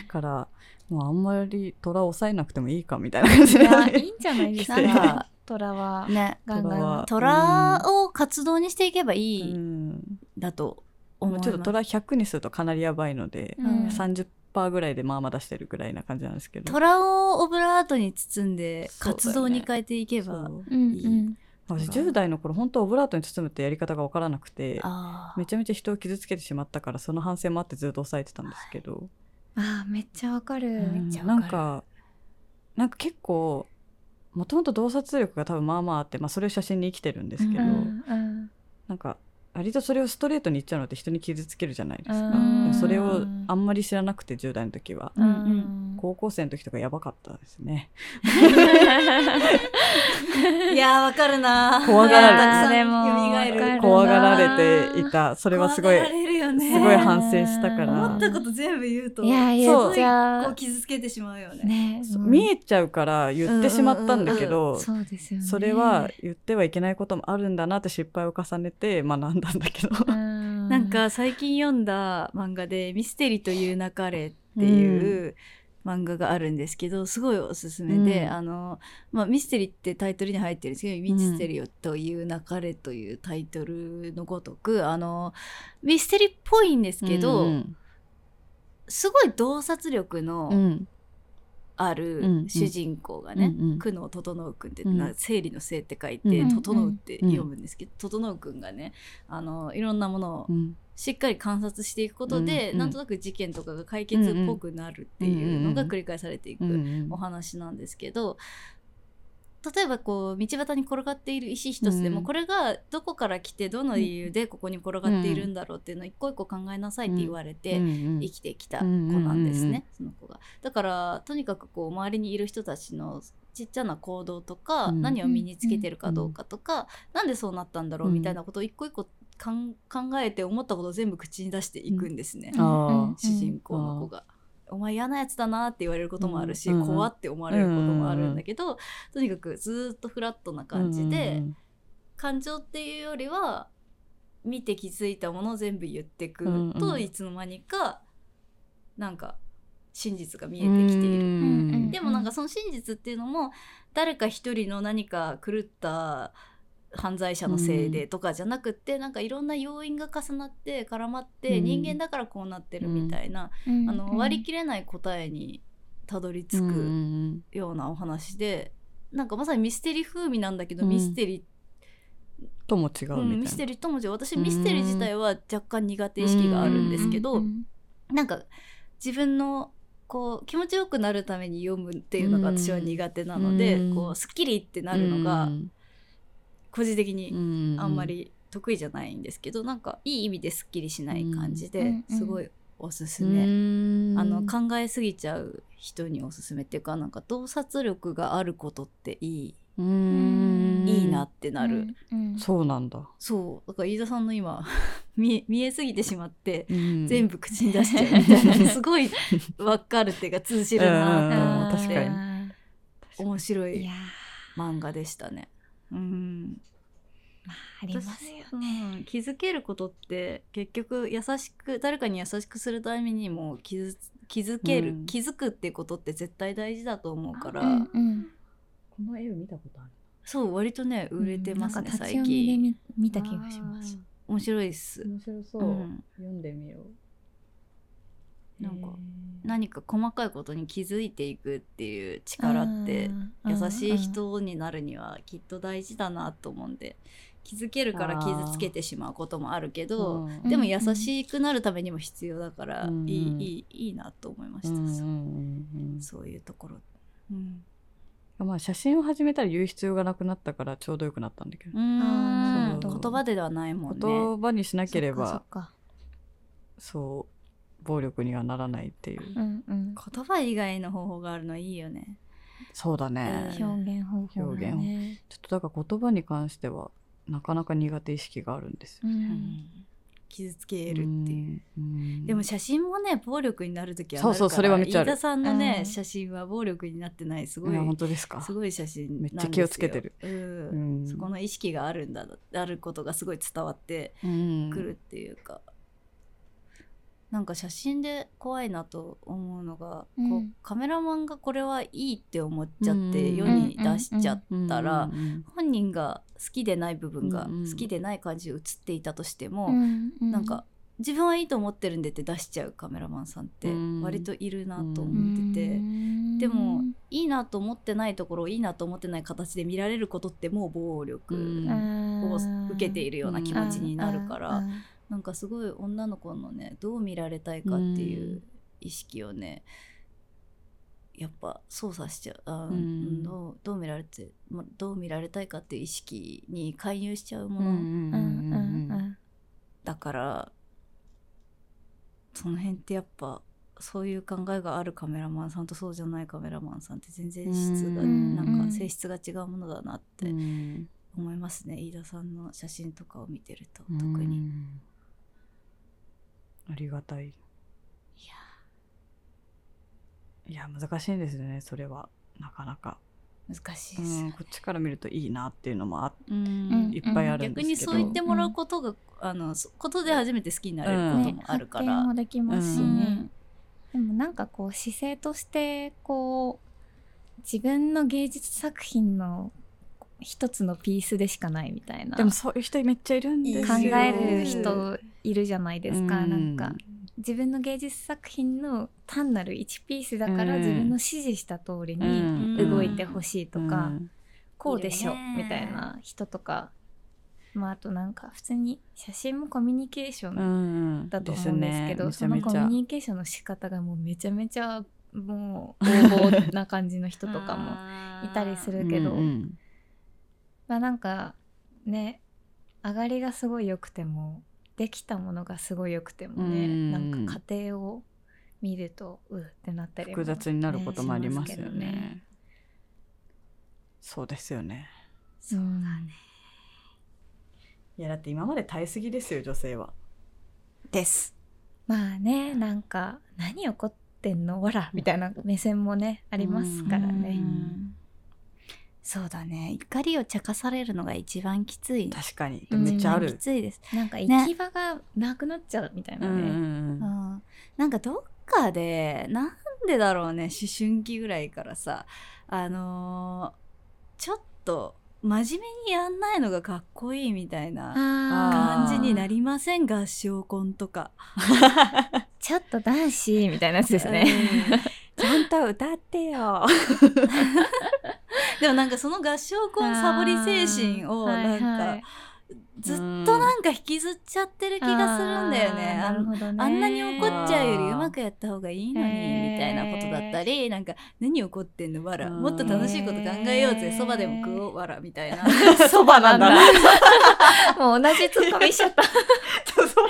[SPEAKER 2] から、もうあんまり虎抑えなくてもいいかみたいな感じ
[SPEAKER 3] い
[SPEAKER 2] で。
[SPEAKER 3] はいいやいいんじゃないです
[SPEAKER 1] なん
[SPEAKER 3] か
[SPEAKER 1] か
[SPEAKER 3] 虎は
[SPEAKER 1] ね
[SPEAKER 3] ガンガ
[SPEAKER 2] 虎は
[SPEAKER 3] ン
[SPEAKER 1] 虎を活動にしていけばいい
[SPEAKER 2] うん。
[SPEAKER 1] だと思い
[SPEAKER 2] もう
[SPEAKER 1] ます
[SPEAKER 2] ちょっと虎100にするとかなりやばいので、
[SPEAKER 3] うん
[SPEAKER 2] 30%ぐらいでまあまあ出してるぐらいな感じなんですけど。
[SPEAKER 1] 虎をオブラートに包んで
[SPEAKER 2] そうだよね
[SPEAKER 1] 活動に変えていけ
[SPEAKER 2] そ
[SPEAKER 1] ば、
[SPEAKER 2] う
[SPEAKER 3] うんうん
[SPEAKER 2] 私10代の頃、本当オブラートに包むってやり方がわからなくて、
[SPEAKER 1] ああ
[SPEAKER 2] めちゃめちゃ人を傷つけてしまったから、その反省もあってずっと抑えてたんですけど。
[SPEAKER 3] あーめっちゃわかる
[SPEAKER 2] うん
[SPEAKER 1] っちゃわ
[SPEAKER 2] なん
[SPEAKER 1] かる
[SPEAKER 2] かなんか結構もともと洞察力が多分まあまああって、まあ、それを写真に生きてるんですけど、
[SPEAKER 1] うん
[SPEAKER 3] うん
[SPEAKER 2] なんか割とそれをストレートに言っちゃうのって人に傷つけるじゃないですか、
[SPEAKER 3] うん
[SPEAKER 2] でもそれをあんまり知らなくて10代の時は
[SPEAKER 1] うんうん
[SPEAKER 3] うん
[SPEAKER 2] 高校生の時とかやばかったですね
[SPEAKER 1] いやーわかるなー
[SPEAKER 2] 怖がら
[SPEAKER 1] た
[SPEAKER 2] れ
[SPEAKER 1] くさん
[SPEAKER 3] いやーでも
[SPEAKER 1] 蘇る
[SPEAKER 3] わかるな
[SPEAKER 2] 怖がられていた
[SPEAKER 1] こ
[SPEAKER 2] それはすごい
[SPEAKER 1] 怖がられるよね
[SPEAKER 2] すごい反省したか
[SPEAKER 3] うん
[SPEAKER 1] 思
[SPEAKER 2] ら
[SPEAKER 1] ったこと全部言うと
[SPEAKER 3] いや
[SPEAKER 1] す
[SPEAKER 3] 言
[SPEAKER 1] ご
[SPEAKER 3] っ
[SPEAKER 1] い
[SPEAKER 3] ちゃ
[SPEAKER 1] こう
[SPEAKER 3] う
[SPEAKER 1] 傷つけてしまうよね
[SPEAKER 3] ね
[SPEAKER 2] そう
[SPEAKER 3] うん
[SPEAKER 2] 見えちゃうから言ってしまったんだけど、
[SPEAKER 3] そうですよね
[SPEAKER 2] それは言ってはいけないこともあるんだなって失敗を重ねて学んだんだけど。
[SPEAKER 1] な
[SPEAKER 3] なん
[SPEAKER 1] か最近読んだ漫画で「ミステリという流れ」っていう漫画があるんですけどすごいおすすめで、
[SPEAKER 2] うん
[SPEAKER 1] あのまあ、ミステリってタイトルに入ってるんですけど「
[SPEAKER 2] ん
[SPEAKER 1] ミステリオという流れ」というタイトルのごとくあのミステリっぽいんですけど、
[SPEAKER 2] うん
[SPEAKER 1] すごい洞察力の、
[SPEAKER 2] うん
[SPEAKER 1] あある主人公がね
[SPEAKER 2] うんうん
[SPEAKER 1] 「久能整君」って
[SPEAKER 2] うん
[SPEAKER 1] な生理の性って書い
[SPEAKER 2] うん
[SPEAKER 1] て「
[SPEAKER 3] うん
[SPEAKER 1] 整う」って読むんですけど整君がねあのいろんなものを
[SPEAKER 2] うん
[SPEAKER 1] しっかり観察していくことで、
[SPEAKER 2] うん
[SPEAKER 1] なんとなく事件とかが解決っぽくなるっていうのが繰り返されてい
[SPEAKER 2] うん
[SPEAKER 1] く
[SPEAKER 2] うん
[SPEAKER 1] お話なんですけど例えばこう道端に転がっている石一つでも、
[SPEAKER 2] うん
[SPEAKER 1] これがどこから来てどの理由でここに転がっているんだろうっていうのを一個一個考えなさいって言われて、
[SPEAKER 2] うんうん
[SPEAKER 1] 生きてきた子なんですね、その子が。だからとにかくこう周りにいる人たちのちっちゃな行動とか、
[SPEAKER 2] うん
[SPEAKER 1] 何を身につけてるかどうかとか、なんでそうなったんだろうみたいなことを一個一個かん考えて思ったことを全部口に出していくんですね、
[SPEAKER 2] あー
[SPEAKER 3] うん
[SPEAKER 1] 主人公の子が。お前嫌なやつだなって言われることもあるし、
[SPEAKER 2] うん
[SPEAKER 1] 怖って思われることもあるんだけど、とにかくずーっとフラットな感じで、
[SPEAKER 2] うん
[SPEAKER 1] 感情っていうよりは見て気づいたものを全部言ってく
[SPEAKER 2] うん
[SPEAKER 1] と、
[SPEAKER 2] うん
[SPEAKER 1] いつの間にかなんか真実が見え
[SPEAKER 2] うんうん
[SPEAKER 1] てきている。
[SPEAKER 2] うん
[SPEAKER 1] でもなんかその真実っていうのも誰か一人の何か狂った犯罪者のせいでとかじゃなくって、なんかいろんな要因が重なって絡まって
[SPEAKER 2] うん
[SPEAKER 1] 人間だからこうなってるみたいな、
[SPEAKER 3] うん
[SPEAKER 1] あの割り
[SPEAKER 3] 切
[SPEAKER 1] 切れない答えにたどり
[SPEAKER 2] う
[SPEAKER 1] 着
[SPEAKER 2] んうん
[SPEAKER 1] く
[SPEAKER 2] うん
[SPEAKER 1] ようなお話でなんかまさにミステリー風味なんだけど、
[SPEAKER 2] うん
[SPEAKER 1] ミステリー
[SPEAKER 2] とも違うみたいな、
[SPEAKER 1] うん、ミステリーとも違う私
[SPEAKER 2] うん
[SPEAKER 1] ミステリー自体は若干苦手意識があるんですけど、なんか自分のこう気持ちよくなるために読むっていうのが私は苦手なので、
[SPEAKER 2] うん
[SPEAKER 1] こうスッキリってなるのが個人的にあんまり得意じゃないんですけど、なんかいい意味でスッキリしない感じ
[SPEAKER 3] う
[SPEAKER 1] で
[SPEAKER 3] ん
[SPEAKER 1] すごいおすす
[SPEAKER 2] う
[SPEAKER 1] め。
[SPEAKER 2] ん
[SPEAKER 1] あの考えすぎちゃう人におすすめっていうかなんか洞察力があることっていい、
[SPEAKER 2] うん
[SPEAKER 1] いいなってなる、
[SPEAKER 2] そうなんだ、
[SPEAKER 1] そうだから飯田さんの今 見え見えすぎてしまって全
[SPEAKER 2] 部
[SPEAKER 1] 部口に出しちゃうみたい なのすごい分かるっていうか通じるなと思っ
[SPEAKER 2] うん確か
[SPEAKER 1] て
[SPEAKER 2] に
[SPEAKER 1] 面白
[SPEAKER 3] い
[SPEAKER 1] い
[SPEAKER 3] やー
[SPEAKER 1] 漫画でしたね。うん、
[SPEAKER 3] まあありますよ
[SPEAKER 1] うん気づけることって結局優しく誰かに優しくするためにも気づ気づける、
[SPEAKER 2] うん
[SPEAKER 1] 気づくってことって絶対大事だと思うから、
[SPEAKER 3] うんうん
[SPEAKER 2] この絵を見たことある
[SPEAKER 1] そう割とね売れてます
[SPEAKER 3] なん
[SPEAKER 1] ね
[SPEAKER 3] か立ち
[SPEAKER 1] 最
[SPEAKER 3] 読みで
[SPEAKER 1] 近
[SPEAKER 3] 見見た気がします
[SPEAKER 1] 面白いっす、
[SPEAKER 2] 面白そう、
[SPEAKER 1] うん
[SPEAKER 2] 読んでみよう
[SPEAKER 1] なんか
[SPEAKER 2] へー
[SPEAKER 1] 何か細かいことに気づいていくっていう力って
[SPEAKER 3] あー
[SPEAKER 1] 優しい人になるにはきっと大事だなと思うんで気づけるから傷つけてしまうこともあるけど、
[SPEAKER 2] うん
[SPEAKER 1] でも
[SPEAKER 3] うん
[SPEAKER 1] 優しくなるためにも必要だから、
[SPEAKER 2] うん
[SPEAKER 1] いいいいいいなと思いまし
[SPEAKER 2] う
[SPEAKER 1] た、
[SPEAKER 2] んうん
[SPEAKER 1] そう
[SPEAKER 2] うん
[SPEAKER 1] そういうところ、うん、
[SPEAKER 2] うんまあ写真を始めたら言う必要がなくなったからちょうどよくなったんだけど、ー
[SPEAKER 3] あ
[SPEAKER 2] なるほど
[SPEAKER 1] 言葉ではないもんね
[SPEAKER 2] 言葉にしなけれ
[SPEAKER 3] そっ
[SPEAKER 2] ば
[SPEAKER 3] かそっか
[SPEAKER 2] そう暴力にはならないっていう
[SPEAKER 3] うんうん
[SPEAKER 1] 言葉以外の方法があるのいいよね
[SPEAKER 2] そうだね、
[SPEAKER 1] うん
[SPEAKER 2] ちょ
[SPEAKER 3] 表現方法が
[SPEAKER 2] 表現
[SPEAKER 3] ね
[SPEAKER 2] っとだから言葉に関してはなかなか苦手意識があるんですよ、
[SPEAKER 3] うん
[SPEAKER 1] 傷つけるっていう。
[SPEAKER 2] うん
[SPEAKER 1] でも写真もね暴力になる時は
[SPEAKER 2] そうそうそれはめっちゃある
[SPEAKER 1] 飯田さんのね、
[SPEAKER 3] うん
[SPEAKER 1] 写真は暴力になってないすご
[SPEAKER 2] い
[SPEAKER 1] い
[SPEAKER 2] や本当ですか
[SPEAKER 1] すごい写真なん
[SPEAKER 2] め
[SPEAKER 1] です
[SPEAKER 2] っち
[SPEAKER 1] よ
[SPEAKER 2] ゃ気をつけてる、
[SPEAKER 1] うん
[SPEAKER 2] うん
[SPEAKER 1] そこの意識があるんだあることがすごい伝わって
[SPEAKER 2] うん
[SPEAKER 1] くるっていうか、なんか写真で怖いなと思うのが、
[SPEAKER 3] うん
[SPEAKER 1] こうカメラマンがこれはいいって思っちゃって、
[SPEAKER 2] うん
[SPEAKER 1] 世に出しちゃったら、
[SPEAKER 2] うんうん
[SPEAKER 1] 本人が好きでない部分が
[SPEAKER 2] うんうん
[SPEAKER 1] 好きでない感じで写っていたとしても、
[SPEAKER 3] う
[SPEAKER 1] なんか自分はいいと思ってるんでって出しちゃうカメラマンさんって
[SPEAKER 2] うん
[SPEAKER 1] 割といるなと思ってて、でもいいなと思ってないところをいいなと思ってない形で見られることってもう暴力を受けてい
[SPEAKER 3] る
[SPEAKER 1] るような気持ちになるから、なんかすごい女の子のねどう見られたいかっていうう意識をねやっぱ操作しちゃうあ
[SPEAKER 2] うん
[SPEAKER 1] うんどうどう見られてまどう見られたいかっていう意識に介入しちゃうも
[SPEAKER 2] うん
[SPEAKER 1] の、
[SPEAKER 2] うんうんうんうん
[SPEAKER 1] だからその辺ってやっぱそういう考えがあるカメラマンさんとそうじゃないカメラマンさんって全然質が
[SPEAKER 3] うん
[SPEAKER 1] なんか性質が違うものだなっ
[SPEAKER 2] う
[SPEAKER 1] て
[SPEAKER 2] ん
[SPEAKER 1] 思いますね飯田さんの写真とかを見てると
[SPEAKER 2] うん
[SPEAKER 1] 特に
[SPEAKER 2] ありがたい
[SPEAKER 1] いや
[SPEAKER 2] いや難しいんですよねそれはなかなか、
[SPEAKER 1] 難しいで
[SPEAKER 2] う
[SPEAKER 1] すよ
[SPEAKER 2] ん
[SPEAKER 1] ね
[SPEAKER 2] こっちから見るといいなっていうのもあ
[SPEAKER 1] うん
[SPEAKER 2] いっぱいあるん
[SPEAKER 1] 逆
[SPEAKER 2] で
[SPEAKER 1] に
[SPEAKER 2] すけ
[SPEAKER 1] そ
[SPEAKER 2] ど、
[SPEAKER 1] う言ってもらうことが、あのそことで初めて好きになれることもあるから、
[SPEAKER 3] 発見もできますし
[SPEAKER 2] うん
[SPEAKER 3] ね、でもなんかこう姿勢としてこう自分の芸術作品の一つのピースでしかないみたいな
[SPEAKER 2] でもそういう人めっちゃいるんです
[SPEAKER 3] 考
[SPEAKER 2] よ
[SPEAKER 3] える人いるじゃないですか、なんか自分の芸術作品の単なる1ピースだから
[SPEAKER 2] うん
[SPEAKER 3] 自分の指示した通りに
[SPEAKER 1] ん
[SPEAKER 3] 動いてほしいとか、
[SPEAKER 2] うん
[SPEAKER 3] こうでしょ
[SPEAKER 1] いるね
[SPEAKER 3] みたいな人とか、まあ、あとなんか普通に写真もコミュニケーション
[SPEAKER 2] うん
[SPEAKER 3] だと思うんですけど
[SPEAKER 2] です
[SPEAKER 3] そ
[SPEAKER 2] ね
[SPEAKER 3] の
[SPEAKER 2] めち
[SPEAKER 3] コ
[SPEAKER 2] ゃめち
[SPEAKER 3] ミュ
[SPEAKER 2] ゃ
[SPEAKER 3] ニケーションの仕方がもうめちゃめちゃもう横暴な感じの人とかもいたりするけど、
[SPEAKER 2] うんうん
[SPEAKER 3] まあなんかね上がりがすごい良くてもできたものがすごい良くてもね、
[SPEAKER 2] うん
[SPEAKER 3] なんか家庭を見るとうってなったりも
[SPEAKER 2] 複雑になることもありますよね
[SPEAKER 3] しますけどね
[SPEAKER 2] そうですよね
[SPEAKER 3] そうだね
[SPEAKER 2] いやだって今まで耐えすぎですよ女性は
[SPEAKER 1] です
[SPEAKER 3] まあねなんか何怒ってんのわらみたいな目線もねありますから
[SPEAKER 1] う
[SPEAKER 3] ね、
[SPEAKER 1] んそうだね怒りを茶化されるのが一番きつい
[SPEAKER 2] 確かに
[SPEAKER 3] うん
[SPEAKER 2] めっちゃあ
[SPEAKER 1] き
[SPEAKER 2] る、
[SPEAKER 1] ついです、
[SPEAKER 3] なんか行き場がなくなっちゃうみたいな
[SPEAKER 2] うん
[SPEAKER 3] ね、
[SPEAKER 1] う
[SPEAKER 2] うん
[SPEAKER 1] ん、なんかどっかでなんでだろうね思春期ぐらいからさあのーちょっと真面目にやんないのがかっこいいみたいな
[SPEAKER 3] あ
[SPEAKER 1] 感
[SPEAKER 3] ー
[SPEAKER 1] じになりません合唱コンとか。
[SPEAKER 3] ちょっと男子みたいなやつですね、
[SPEAKER 2] ちゃんと歌ってよ
[SPEAKER 1] でもなんかその合唱コンサボり精神をなんか、
[SPEAKER 3] はいはい
[SPEAKER 1] ずっとなんか引きずっちゃってる気がするんだよね。
[SPEAKER 3] あー
[SPEAKER 1] あ
[SPEAKER 3] なる
[SPEAKER 1] の
[SPEAKER 3] ほどね
[SPEAKER 1] あんなに怒っちゃうより
[SPEAKER 2] あー
[SPEAKER 1] うまくやった方がいいのに
[SPEAKER 3] へー
[SPEAKER 1] みたいなことだったりなんか何怒ってんのわら
[SPEAKER 2] うん
[SPEAKER 1] もっと楽しいこと考えようぜ
[SPEAKER 3] へー
[SPEAKER 1] そばでも食おうわらみたいな
[SPEAKER 2] そばなんだな
[SPEAKER 3] もう同じツッコミしちゃった。
[SPEAKER 2] そうそう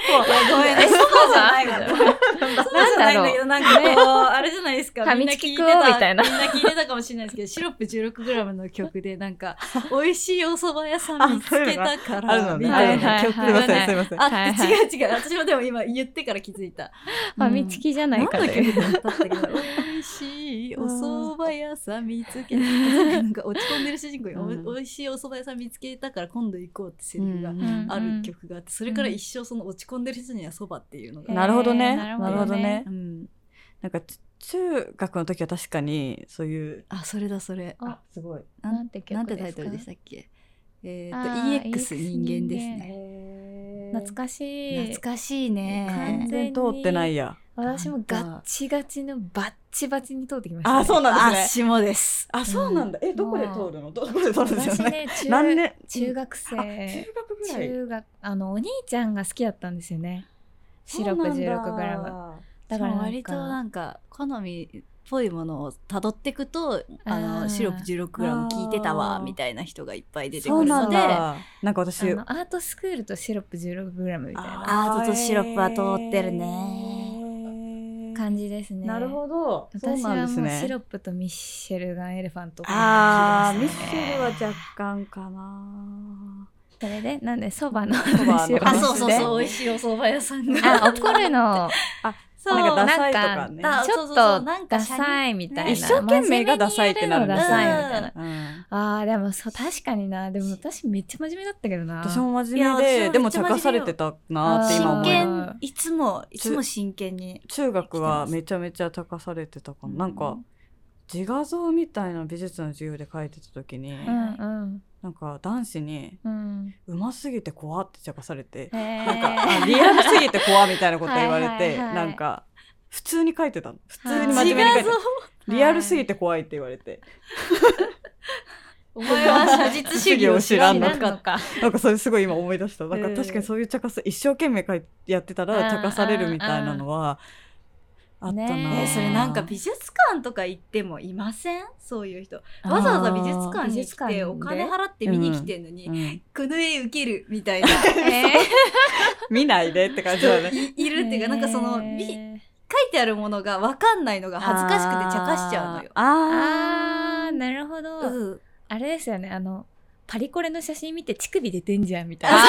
[SPEAKER 1] ごめんね
[SPEAKER 3] え
[SPEAKER 1] そばじゃない
[SPEAKER 3] そ
[SPEAKER 1] の
[SPEAKER 3] う
[SPEAKER 1] そうじゃないんだけどなんかこ
[SPEAKER 3] ね
[SPEAKER 1] うあれじゃないですか
[SPEAKER 3] ファ
[SPEAKER 1] みん
[SPEAKER 3] ミ
[SPEAKER 1] な
[SPEAKER 3] チ
[SPEAKER 1] 聞い
[SPEAKER 3] キ
[SPEAKER 1] て
[SPEAKER 3] 食おうみた
[SPEAKER 1] た
[SPEAKER 3] いな
[SPEAKER 1] みんな聞いてたかもしれないですけどシロップ 16g の曲でなんか美味しいお蕎麦屋さん見つけたか
[SPEAKER 2] ある
[SPEAKER 1] ら
[SPEAKER 2] の
[SPEAKER 1] み
[SPEAKER 2] ね
[SPEAKER 1] たい
[SPEAKER 3] は
[SPEAKER 1] ない
[SPEAKER 3] はい
[SPEAKER 1] 曲
[SPEAKER 2] すいま
[SPEAKER 1] が
[SPEAKER 2] せんす
[SPEAKER 1] ね
[SPEAKER 2] いません
[SPEAKER 1] あ、
[SPEAKER 3] はいはい
[SPEAKER 1] 違う違う私もでも今言ってから気づいた
[SPEAKER 3] ファミチキじゃないかと
[SPEAKER 1] 何の
[SPEAKER 3] いう。
[SPEAKER 1] 曲だったっけど美味しいお蕎麦屋さん見つけたなんか落ち込んでる主人公に、お
[SPEAKER 2] うん
[SPEAKER 1] 美味しいお蕎麦屋さん見つけたから今度行こうってセリフが
[SPEAKER 2] うん
[SPEAKER 1] ある曲があって、それから一生その落ち込んでる人には蕎麦っていうのが、
[SPEAKER 2] なるほどね
[SPEAKER 3] へーなるほどね
[SPEAKER 2] なるほどね
[SPEAKER 1] うん、
[SPEAKER 2] なんかち中学の時は確かにそういう
[SPEAKER 1] あそれだそれ
[SPEAKER 3] あ
[SPEAKER 2] すごい
[SPEAKER 3] なんて曲
[SPEAKER 1] なん
[SPEAKER 3] で
[SPEAKER 1] て
[SPEAKER 3] すか
[SPEAKER 1] タイトルでしたっけえっ、
[SPEAKER 3] あ
[SPEAKER 1] と
[SPEAKER 3] ー
[SPEAKER 1] EX 人間ですね
[SPEAKER 3] 懐かしい。
[SPEAKER 1] 懐かしい
[SPEAKER 2] 全
[SPEAKER 3] 完
[SPEAKER 1] ね
[SPEAKER 2] 然通ってないや
[SPEAKER 3] 私もガッチガチのバッチバチに通ってきました、ね。
[SPEAKER 2] あそうなんですね
[SPEAKER 1] 足もです
[SPEAKER 2] あそうなんだえどこで通るのどどこで通るんです
[SPEAKER 3] 私
[SPEAKER 2] よね
[SPEAKER 3] ね、中
[SPEAKER 2] 何年
[SPEAKER 3] 中学
[SPEAKER 2] あ中
[SPEAKER 3] 生。
[SPEAKER 2] 学ぐらい
[SPEAKER 3] 中学、あの、お兄ちゃんが好きだったんですよね。シロップ16グラム。だ
[SPEAKER 1] だからら
[SPEAKER 3] かなん
[SPEAKER 1] 割となんか好みっぽいものをたどっていくとあ
[SPEAKER 3] あー
[SPEAKER 1] のシロップ 16g 聞いてたわ
[SPEAKER 2] あー
[SPEAKER 1] みたいな人がいっぱい出て
[SPEAKER 2] そ
[SPEAKER 1] く
[SPEAKER 2] う
[SPEAKER 1] る
[SPEAKER 2] な
[SPEAKER 1] の
[SPEAKER 2] ん
[SPEAKER 1] で
[SPEAKER 2] だなんか私
[SPEAKER 3] あのアートスクールとシロップ 16g みたいな
[SPEAKER 1] あーアートとシロップは通ってるね
[SPEAKER 3] 感じですね。
[SPEAKER 2] なるほどそう
[SPEAKER 3] 私
[SPEAKER 2] なんで
[SPEAKER 3] は
[SPEAKER 2] す
[SPEAKER 3] もうシ
[SPEAKER 2] ね
[SPEAKER 3] ロップとミッシェルガン・エレファントを
[SPEAKER 2] あー
[SPEAKER 3] 好
[SPEAKER 2] ミ
[SPEAKER 3] き
[SPEAKER 2] ッ
[SPEAKER 3] で
[SPEAKER 2] シ
[SPEAKER 3] したね
[SPEAKER 2] ェルは若干かな
[SPEAKER 3] それで、なんで、そばの話
[SPEAKER 2] 蕎
[SPEAKER 3] を
[SPEAKER 2] 麦の
[SPEAKER 1] あ
[SPEAKER 2] 話
[SPEAKER 1] そうそうそう美味
[SPEAKER 2] し
[SPEAKER 1] しいお蕎麦屋さんが
[SPEAKER 3] あ、怒るの、
[SPEAKER 1] そう
[SPEAKER 2] なんかダサいと
[SPEAKER 3] な
[SPEAKER 2] か
[SPEAKER 3] ん
[SPEAKER 2] ね
[SPEAKER 3] か、
[SPEAKER 1] あ
[SPEAKER 3] ちょ
[SPEAKER 1] そう
[SPEAKER 3] っ
[SPEAKER 1] そうそう
[SPEAKER 3] と
[SPEAKER 1] なんか
[SPEAKER 3] ダサいみたいな。
[SPEAKER 1] 一生
[SPEAKER 2] 懸命がダサいってなるんだ
[SPEAKER 3] 真面目にやのがダサいみたいな。
[SPEAKER 2] うん
[SPEAKER 3] あー、でもそう、確かにな。でも私めっちゃ真面目だったけどな。
[SPEAKER 2] 私も真面目
[SPEAKER 1] いや私
[SPEAKER 2] で
[SPEAKER 1] も
[SPEAKER 2] でも
[SPEAKER 1] めっちゃ真
[SPEAKER 2] 茶
[SPEAKER 1] 面目よ
[SPEAKER 2] 化されてたなって今
[SPEAKER 1] 真
[SPEAKER 2] 思い
[SPEAKER 3] あー
[SPEAKER 2] ます
[SPEAKER 1] 剣いつもいつも真剣に
[SPEAKER 2] 中学はめちゃめちゃ茶化されてたかも、なんか自画像みたいな美術の授業で描いてた時に、
[SPEAKER 3] うんうん
[SPEAKER 2] なんか男子に
[SPEAKER 3] うん。
[SPEAKER 2] 「うますぎて怖って茶化されて、
[SPEAKER 3] へー
[SPEAKER 2] な んかあリアルすぎて怖みたいなこと言われ
[SPEAKER 3] はいはい
[SPEAKER 2] て
[SPEAKER 3] はい
[SPEAKER 2] なんか普通に描いてたの普通
[SPEAKER 3] は
[SPEAKER 2] に
[SPEAKER 3] い
[SPEAKER 2] 真面目に描いてた
[SPEAKER 3] はい
[SPEAKER 2] リアルすぎて怖いって言われて、
[SPEAKER 1] お前は写実主義を知らんの
[SPEAKER 3] 知らん
[SPEAKER 1] か
[SPEAKER 3] のか。
[SPEAKER 2] なんかそれすごい今思い出したなんか
[SPEAKER 1] うん
[SPEAKER 2] 確かにそういう茶化さ一生懸命描いやってた
[SPEAKER 3] うん
[SPEAKER 2] ら茶化されるみたいなのはあったな、
[SPEAKER 3] ね
[SPEAKER 1] えそれなんか美術館とか行ってもいませんそういう人わざわざ美術館に来てお金払って見に来てんのに、
[SPEAKER 2] うん
[SPEAKER 1] この絵受けるみたいな
[SPEAKER 3] え
[SPEAKER 2] 見ないでって感じだね
[SPEAKER 1] いいるっていうかなんかそのみ書いてあるものが分かんないのが恥ずかしくて茶化しちゃうのよ。
[SPEAKER 2] あ
[SPEAKER 3] あー、なるほど。
[SPEAKER 1] うん、
[SPEAKER 3] あれですよね、あの、パリコレの写真見て乳首出てんじゃんみたいな。
[SPEAKER 2] あー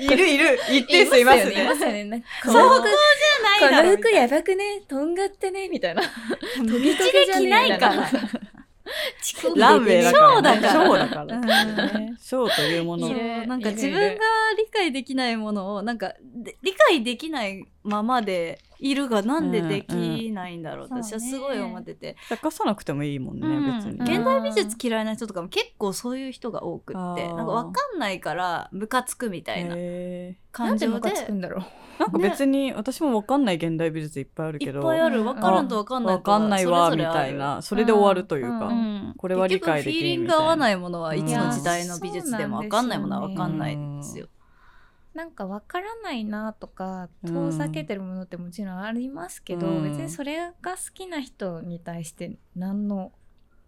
[SPEAKER 2] いるいる一定数います
[SPEAKER 3] い
[SPEAKER 2] ね
[SPEAKER 3] ますよね。なんか
[SPEAKER 1] 想
[SPEAKER 3] この
[SPEAKER 1] 像
[SPEAKER 3] 服
[SPEAKER 1] じゃないだろ
[SPEAKER 3] この服やばくねとんがってねみたいな。
[SPEAKER 1] 道
[SPEAKER 3] ト
[SPEAKER 1] で
[SPEAKER 3] ゲトゲじゃね
[SPEAKER 1] 着
[SPEAKER 3] え
[SPEAKER 1] ないから。
[SPEAKER 3] 乳首
[SPEAKER 2] ランウェイだからね
[SPEAKER 1] ショーだから
[SPEAKER 2] ショーだから
[SPEAKER 1] うん
[SPEAKER 3] ね
[SPEAKER 2] ショーというも
[SPEAKER 3] い
[SPEAKER 2] の
[SPEAKER 1] そ
[SPEAKER 3] る
[SPEAKER 1] うなんか
[SPEAKER 3] いる
[SPEAKER 1] 自分が理解できないものをなんかで理解できないままでいるがなんでできないんだろうって私は
[SPEAKER 3] そうね
[SPEAKER 1] すごい思ってて、
[SPEAKER 2] 出さなくてもいいもんね、
[SPEAKER 1] うん
[SPEAKER 2] 別に
[SPEAKER 1] 現
[SPEAKER 2] ね。
[SPEAKER 1] 代美術嫌いな人とかも結構そういう人が多く
[SPEAKER 2] あ
[SPEAKER 1] って
[SPEAKER 2] ー
[SPEAKER 1] なんか分かんないからムカつくみたいな
[SPEAKER 2] へ
[SPEAKER 3] な
[SPEAKER 1] 感
[SPEAKER 3] んで
[SPEAKER 1] 情
[SPEAKER 3] ム
[SPEAKER 1] で
[SPEAKER 3] カつくんだろう。
[SPEAKER 2] ーなんか別に私もわかんない現代美術いっぱいある
[SPEAKER 1] い
[SPEAKER 2] け
[SPEAKER 1] っ
[SPEAKER 2] ど
[SPEAKER 1] ぱいある
[SPEAKER 3] うん
[SPEAKER 1] 分かるんと分かんない
[SPEAKER 2] わ
[SPEAKER 1] とは
[SPEAKER 2] かんないわ
[SPEAKER 1] そ
[SPEAKER 2] み
[SPEAKER 1] れぞれあ
[SPEAKER 2] た
[SPEAKER 1] る
[SPEAKER 2] いなそれで終わるという
[SPEAKER 3] う
[SPEAKER 2] か、
[SPEAKER 3] ん
[SPEAKER 1] うん
[SPEAKER 2] これは理解でき
[SPEAKER 1] 結局フィ
[SPEAKER 2] ん
[SPEAKER 1] ーリン
[SPEAKER 2] み
[SPEAKER 1] グ
[SPEAKER 2] たいな
[SPEAKER 1] 合わないものは
[SPEAKER 2] うん
[SPEAKER 1] いつの時代の美術でも
[SPEAKER 3] いや
[SPEAKER 1] 分かんないものは分かんない
[SPEAKER 2] そうな
[SPEAKER 1] で
[SPEAKER 2] んですす
[SPEAKER 1] よ
[SPEAKER 2] よ。
[SPEAKER 3] なんかわからないなとか遠ざけてるものってもちろんありますけど、
[SPEAKER 2] うん
[SPEAKER 3] 別にそれが好きな人に対して何の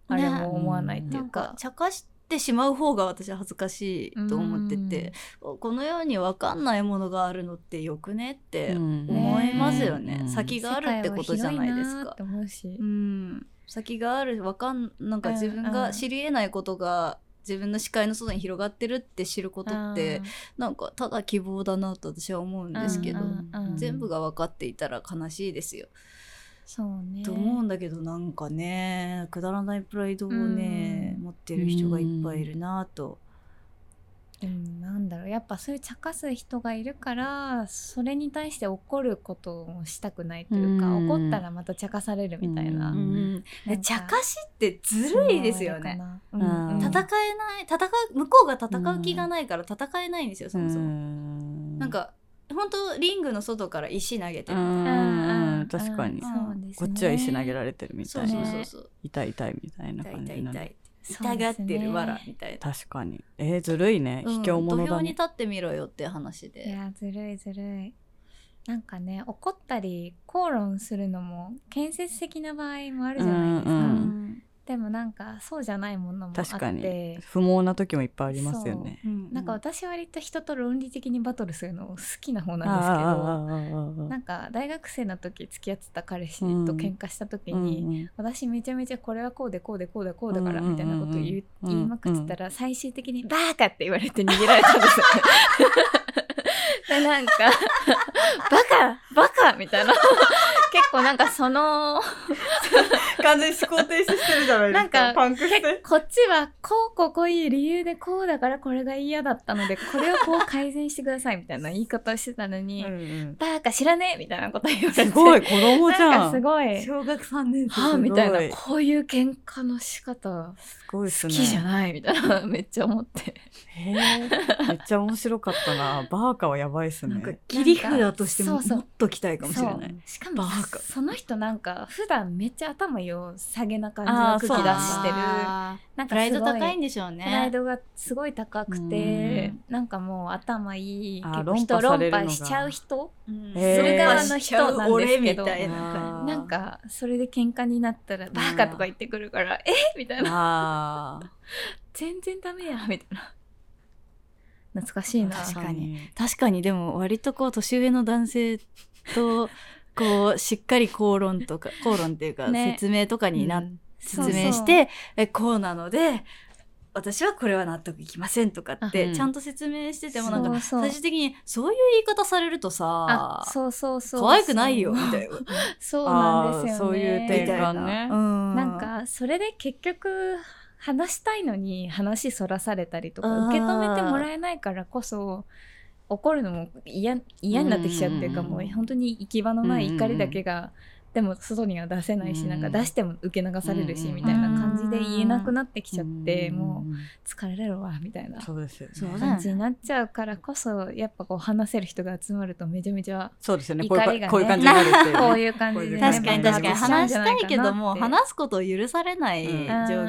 [SPEAKER 3] あれも思わないってい
[SPEAKER 1] な
[SPEAKER 3] うん
[SPEAKER 1] か
[SPEAKER 3] か。
[SPEAKER 1] 茶化してしまう方が私は恥ずかしいと思ってて、この世に分かんないものがあるのってよくねって
[SPEAKER 2] うん
[SPEAKER 1] 思いますよね。
[SPEAKER 2] うん
[SPEAKER 1] 先があるってことじゃないです
[SPEAKER 3] 世界は広いな
[SPEAKER 1] か
[SPEAKER 3] って。思うし
[SPEAKER 1] う、ん、先があるわかんなんか
[SPEAKER 3] うん
[SPEAKER 1] 自分
[SPEAKER 3] う
[SPEAKER 1] が
[SPEAKER 3] ん
[SPEAKER 1] 知り得ないことが自分の視界の外に広がってるって知ることってなんかただ希望だなと私は思うん
[SPEAKER 3] うん
[SPEAKER 1] ですけど
[SPEAKER 3] う。んうん
[SPEAKER 1] 全部が分かっていたら悲しいですよ、
[SPEAKER 3] そうね。
[SPEAKER 1] と思うんだけどなんかねくだらないプライドをね、
[SPEAKER 3] うん
[SPEAKER 1] 持ってる人がいっぱいいるなと、
[SPEAKER 3] うん、なんだろうやっぱそういう茶化す人がいるからそれに対して怒ることをしたくないというか、
[SPEAKER 2] うん
[SPEAKER 3] 怒ったらまた茶化されるみたい
[SPEAKER 2] う
[SPEAKER 3] な,なんんか、
[SPEAKER 2] うん
[SPEAKER 1] で茶化しってずるいですよね
[SPEAKER 3] そのあれかな、
[SPEAKER 2] うん
[SPEAKER 1] 戦え
[SPEAKER 2] 叩
[SPEAKER 1] ない戦う向こうが戦う気がないから戦えないんですよそもそも、
[SPEAKER 2] も
[SPEAKER 1] なんか本当リングの外から石投げて
[SPEAKER 2] う
[SPEAKER 1] る、
[SPEAKER 2] ん
[SPEAKER 3] うんうん
[SPEAKER 2] 確か
[SPEAKER 1] う
[SPEAKER 2] に、
[SPEAKER 1] ん
[SPEAKER 3] そうです
[SPEAKER 2] こ
[SPEAKER 3] ね
[SPEAKER 2] っちは石投げられてるみ
[SPEAKER 1] そ
[SPEAKER 2] た
[SPEAKER 1] う
[SPEAKER 2] い
[SPEAKER 1] そ
[SPEAKER 2] な、
[SPEAKER 1] うそうそう
[SPEAKER 2] 痛い痛いみたいな
[SPEAKER 1] 痛い
[SPEAKER 2] 感
[SPEAKER 1] 痛
[SPEAKER 2] じ
[SPEAKER 1] い
[SPEAKER 2] なん
[SPEAKER 1] 痛
[SPEAKER 2] で
[SPEAKER 1] い痛がってるわらみたいな、
[SPEAKER 2] 確かにえー、ずるいね卑怯
[SPEAKER 1] うん土
[SPEAKER 2] 者
[SPEAKER 1] 俵
[SPEAKER 2] だ
[SPEAKER 1] に
[SPEAKER 2] ね、
[SPEAKER 1] 立ってみろよって話
[SPEAKER 3] い
[SPEAKER 1] で
[SPEAKER 3] やずるいずるいなんかね怒ったり口論するのも建設的な場合もあるじゃないですか、
[SPEAKER 2] うんうん
[SPEAKER 3] でもなんかそうじゃないものもあって
[SPEAKER 2] 確かに不毛な時もいっぱいありますよね
[SPEAKER 3] なんか
[SPEAKER 1] 私
[SPEAKER 3] 私割と人と論理的にバトルするの好きな方
[SPEAKER 2] あ
[SPEAKER 3] なんですけ
[SPEAKER 2] ー
[SPEAKER 3] ど
[SPEAKER 2] あーあーあー
[SPEAKER 3] なんか大学生の時付き合ってた彼氏と喧嘩した時に、
[SPEAKER 2] うんうん
[SPEAKER 3] 私めちゃめちゃこれはこうでこうでこうだこうだか
[SPEAKER 2] うん
[SPEAKER 3] ら
[SPEAKER 2] うんう
[SPEAKER 3] み
[SPEAKER 2] ん
[SPEAKER 3] たいなことを言,、
[SPEAKER 2] うん
[SPEAKER 3] 言いまくってたら最終的に「バーカ!」って言われて逃げられたん ですよ。でなんか「バカバカ!」みたいな結構なんかその
[SPEAKER 2] 完全に思考停止してるじゃない
[SPEAKER 3] なんか
[SPEAKER 2] パンク
[SPEAKER 3] 結構こっちはこうこうこういう理由でこうだからこれが嫌だったのでこれをこう改善してくださいみたいな言い方をしてたのに「
[SPEAKER 2] うん うん
[SPEAKER 3] バーカ知らねえ!」みたいなこと言われて
[SPEAKER 2] すごい子供じ
[SPEAKER 3] な
[SPEAKER 2] ゃ
[SPEAKER 3] んかす
[SPEAKER 2] ん
[SPEAKER 3] ごい。
[SPEAKER 1] 小学3年生
[SPEAKER 3] はあ、
[SPEAKER 2] すごい
[SPEAKER 3] みたいな、こういう喧嘩の仕方、
[SPEAKER 2] すごいです
[SPEAKER 3] 好
[SPEAKER 2] ね
[SPEAKER 3] きじゃないみたいな、 めっちゃ思って。
[SPEAKER 2] へーめっちゃ面白かった なバーカはやばいっすね
[SPEAKER 1] なんか切り札としても
[SPEAKER 3] そうそう
[SPEAKER 1] もっときたいかもしれない
[SPEAKER 3] そうしか
[SPEAKER 1] バ
[SPEAKER 3] も
[SPEAKER 1] ーカ、
[SPEAKER 3] その人なんか、普段めっちゃ頭よ、下げな感じの空気出
[SPEAKER 2] そう
[SPEAKER 3] してる。
[SPEAKER 1] あ
[SPEAKER 3] なんかすごい
[SPEAKER 1] ープライド高いんでしょうね
[SPEAKER 3] プライドがすごい高くて、なんかもう頭いい、
[SPEAKER 2] あー
[SPEAKER 3] 結構人
[SPEAKER 2] 論破さ
[SPEAKER 3] 論
[SPEAKER 2] れるのが
[SPEAKER 3] 破しちゃう人
[SPEAKER 1] うん
[SPEAKER 2] へ
[SPEAKER 1] そ
[SPEAKER 2] ー
[SPEAKER 1] れ側の人なんですけど
[SPEAKER 3] 俺みたい
[SPEAKER 2] な
[SPEAKER 3] なんか、それで喧嘩になったら、バーカとか言ってくるから、えみたいな。
[SPEAKER 2] あー
[SPEAKER 3] 全然ダメや、みたいな。懐かしいな。
[SPEAKER 1] 確かに確かにでも割とこう年上の男性とこうしっかり口論と か口論っていうか
[SPEAKER 3] ね
[SPEAKER 1] 説明とかにな、
[SPEAKER 2] うん
[SPEAKER 1] 説明してえこうなので私はこれは納得いきませんとかっ
[SPEAKER 2] あう
[SPEAKER 1] て
[SPEAKER 2] ん
[SPEAKER 1] ちゃんと説明しててもなんか
[SPEAKER 3] そうそう
[SPEAKER 1] 最終的にそういう言い方されるとさ
[SPEAKER 3] あそうそうそう
[SPEAKER 1] 可愛くないよみたいな。
[SPEAKER 3] そう
[SPEAKER 2] あ
[SPEAKER 3] なんですよ
[SPEAKER 2] ーそう
[SPEAKER 3] ね
[SPEAKER 2] いう
[SPEAKER 1] み
[SPEAKER 2] 点
[SPEAKER 1] たい
[SPEAKER 2] が
[SPEAKER 1] な
[SPEAKER 2] ね
[SPEAKER 1] うん
[SPEAKER 3] なんかそれで結局話したいのに話そらされたりと
[SPEAKER 1] あー
[SPEAKER 3] か受け止めてもらえないからこそ怒るのも嫌嫌になってきちゃうっていうか
[SPEAKER 2] うんうん
[SPEAKER 3] も
[SPEAKER 2] うん
[SPEAKER 3] う本当に行き場のない怒りだけがでも外には出せないし
[SPEAKER 2] うん
[SPEAKER 3] なんか出しても受け流される
[SPEAKER 2] うん
[SPEAKER 3] し
[SPEAKER 2] うん
[SPEAKER 3] みたいな感じで言えなくなってきちゃって
[SPEAKER 2] うん
[SPEAKER 3] もう疲れるわみたいな
[SPEAKER 2] そうですよね
[SPEAKER 1] そうだね
[SPEAKER 3] 感じになっちゃうからこそやっぱこう話せる人が集まるとめちゃめちゃ
[SPEAKER 2] そうですよねこう
[SPEAKER 3] 怒
[SPEAKER 2] いう
[SPEAKER 3] りがね
[SPEAKER 2] こういう感じになるっていうね
[SPEAKER 3] こういう感じ
[SPEAKER 2] こうい
[SPEAKER 3] で
[SPEAKER 2] う
[SPEAKER 3] ね
[SPEAKER 2] 感じ
[SPEAKER 1] 確かに
[SPEAKER 2] まあ
[SPEAKER 1] 確かに
[SPEAKER 2] 爆
[SPEAKER 1] 話したいけども
[SPEAKER 3] し
[SPEAKER 1] 話すことを許されない状
[SPEAKER 2] うん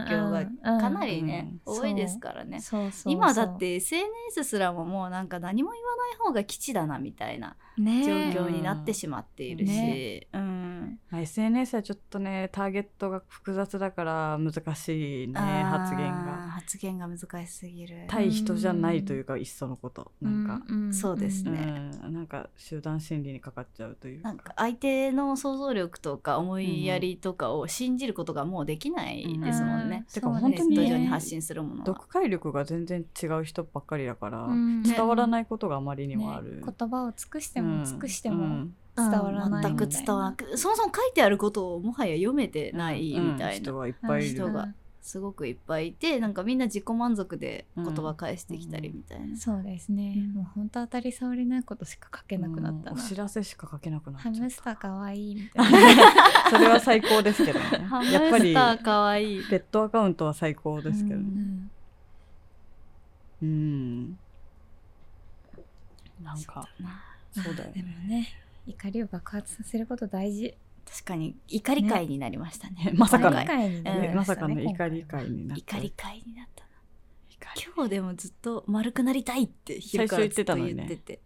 [SPEAKER 1] 況がかなりね、
[SPEAKER 3] うん
[SPEAKER 1] 多いですからね。
[SPEAKER 3] そうそうそう
[SPEAKER 1] 今だって SNS すらももうなんか何も言わない方が基地だなみたいな状
[SPEAKER 3] ね
[SPEAKER 1] 況になってしまっているし、
[SPEAKER 3] ね
[SPEAKER 1] うん、
[SPEAKER 2] まあ SNS はちょっとねターゲットが複雑だから難しいね
[SPEAKER 1] あー
[SPEAKER 2] 発言が
[SPEAKER 1] 発言が難しすぎる
[SPEAKER 2] 対人じゃないというかいっそのことなんか、
[SPEAKER 3] うんうん
[SPEAKER 1] そうです
[SPEAKER 2] う
[SPEAKER 1] ね
[SPEAKER 2] んなんか集団心理にかかっちゃうというか
[SPEAKER 1] なんか相手の想像力とか思いやりとかを信じることがもうできないですもんね、
[SPEAKER 2] てか
[SPEAKER 3] そう
[SPEAKER 2] 本
[SPEAKER 1] ネ
[SPEAKER 2] 当
[SPEAKER 1] ッ
[SPEAKER 2] に
[SPEAKER 1] ト
[SPEAKER 2] ね
[SPEAKER 1] 上に発信するものは
[SPEAKER 2] 読解力が全然違う人ばっかりだから、
[SPEAKER 3] うん
[SPEAKER 2] 伝わら
[SPEAKER 3] ね
[SPEAKER 2] ないことがあまりにもある、
[SPEAKER 3] 言葉を尽くしても尽くしても
[SPEAKER 1] うん
[SPEAKER 3] 伝わらない
[SPEAKER 1] 全
[SPEAKER 3] みたいな
[SPEAKER 1] く伝わらなくそもそも書いてあることをもはや読めてないみたいな、
[SPEAKER 2] 人はいっぱいいる
[SPEAKER 1] 人がすごくいっぱいいてなんかみんな自己満足で言葉返してきたりみたいな、
[SPEAKER 3] そうですね、
[SPEAKER 1] うん
[SPEAKER 3] もう本当当たり障りないことしか書けなくなった
[SPEAKER 2] うん
[SPEAKER 3] な、
[SPEAKER 2] お知らせしか書けなくなっちゃ
[SPEAKER 3] ハ
[SPEAKER 2] った
[SPEAKER 3] ムスターかわいいみたいな
[SPEAKER 2] それは最高ですけどね
[SPEAKER 1] ハム
[SPEAKER 2] やっぱ
[SPEAKER 1] ス
[SPEAKER 2] り
[SPEAKER 1] ターかわいい
[SPEAKER 2] ペットアカウントは最高ですけど
[SPEAKER 1] う
[SPEAKER 2] ね
[SPEAKER 1] ん
[SPEAKER 2] うんなんかそうだよ
[SPEAKER 3] でも
[SPEAKER 2] ね
[SPEAKER 3] ね怒りを爆発させること大事
[SPEAKER 1] 確かに怒り会になりましたね
[SPEAKER 2] まさかの
[SPEAKER 1] の
[SPEAKER 3] 怒り会になり
[SPEAKER 1] ね
[SPEAKER 2] ね
[SPEAKER 3] したね
[SPEAKER 2] まさかの
[SPEAKER 3] 今
[SPEAKER 2] 怒
[SPEAKER 3] 回
[SPEAKER 2] り会になって
[SPEAKER 1] 怒り会になったな
[SPEAKER 2] 怒り
[SPEAKER 1] 今日でもずっと丸くなりたいって昼から
[SPEAKER 2] 最初
[SPEAKER 1] ず
[SPEAKER 2] 言って
[SPEAKER 1] っと
[SPEAKER 2] たのに
[SPEAKER 1] 言
[SPEAKER 2] ね
[SPEAKER 1] ってて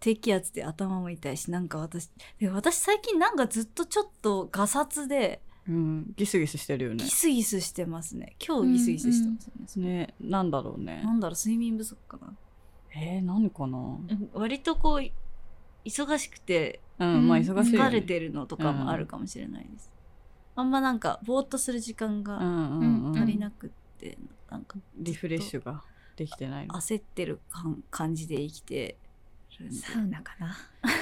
[SPEAKER 1] 低気圧で頭も痛いしなんか私で私最近なんかずっとちょっとガサツで
[SPEAKER 2] うんギスギスしてるよね
[SPEAKER 1] ギスギスしてますね今日ギスギスしてますね,それ、
[SPEAKER 2] ねなんだろうね
[SPEAKER 1] なんだろう睡眠不足かな
[SPEAKER 2] えー、何かな
[SPEAKER 1] 割とこう忙しくて
[SPEAKER 2] うん、
[SPEAKER 3] うん
[SPEAKER 2] まあ忙しいよ、ね、
[SPEAKER 1] 疲れてるのとかもあるかもしれないです、あんまなんかぼーっとする時間
[SPEAKER 2] う
[SPEAKER 1] が
[SPEAKER 2] んうんうん、
[SPEAKER 1] 足りなくって、なんか
[SPEAKER 2] リフレッシュができてないの
[SPEAKER 1] 焦ってる感感じで生きてるんで
[SPEAKER 3] サウナかな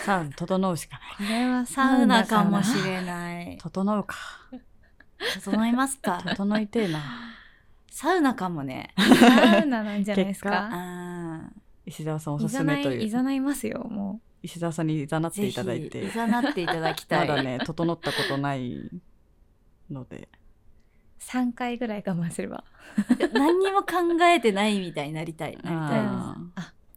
[SPEAKER 2] さあ整うしかない
[SPEAKER 3] これは
[SPEAKER 1] サウナかもし
[SPEAKER 3] い
[SPEAKER 1] れない。
[SPEAKER 2] 整うか
[SPEAKER 1] 整いますか。
[SPEAKER 2] 整いてえな
[SPEAKER 1] サウナかもね。
[SPEAKER 3] サウナなんじゃないですか
[SPEAKER 1] あ
[SPEAKER 2] 石田さんお
[SPEAKER 3] い
[SPEAKER 2] す
[SPEAKER 3] ざ
[SPEAKER 2] す
[SPEAKER 3] な
[SPEAKER 2] めと
[SPEAKER 3] いい
[SPEAKER 2] い
[SPEAKER 3] ざ
[SPEAKER 2] う
[SPEAKER 3] ないますよも
[SPEAKER 2] 石田さんにいざな
[SPEAKER 1] あ、
[SPEAKER 2] って
[SPEAKER 1] ぜ
[SPEAKER 2] い
[SPEAKER 1] ひ
[SPEAKER 2] ただいて
[SPEAKER 1] いざなっていただきた
[SPEAKER 2] ま
[SPEAKER 1] い。
[SPEAKER 2] だね整ったことないので
[SPEAKER 3] う3回ぐらい我慢すれば
[SPEAKER 1] 何にも考えてないみたいになりたい。なりたいです
[SPEAKER 2] あ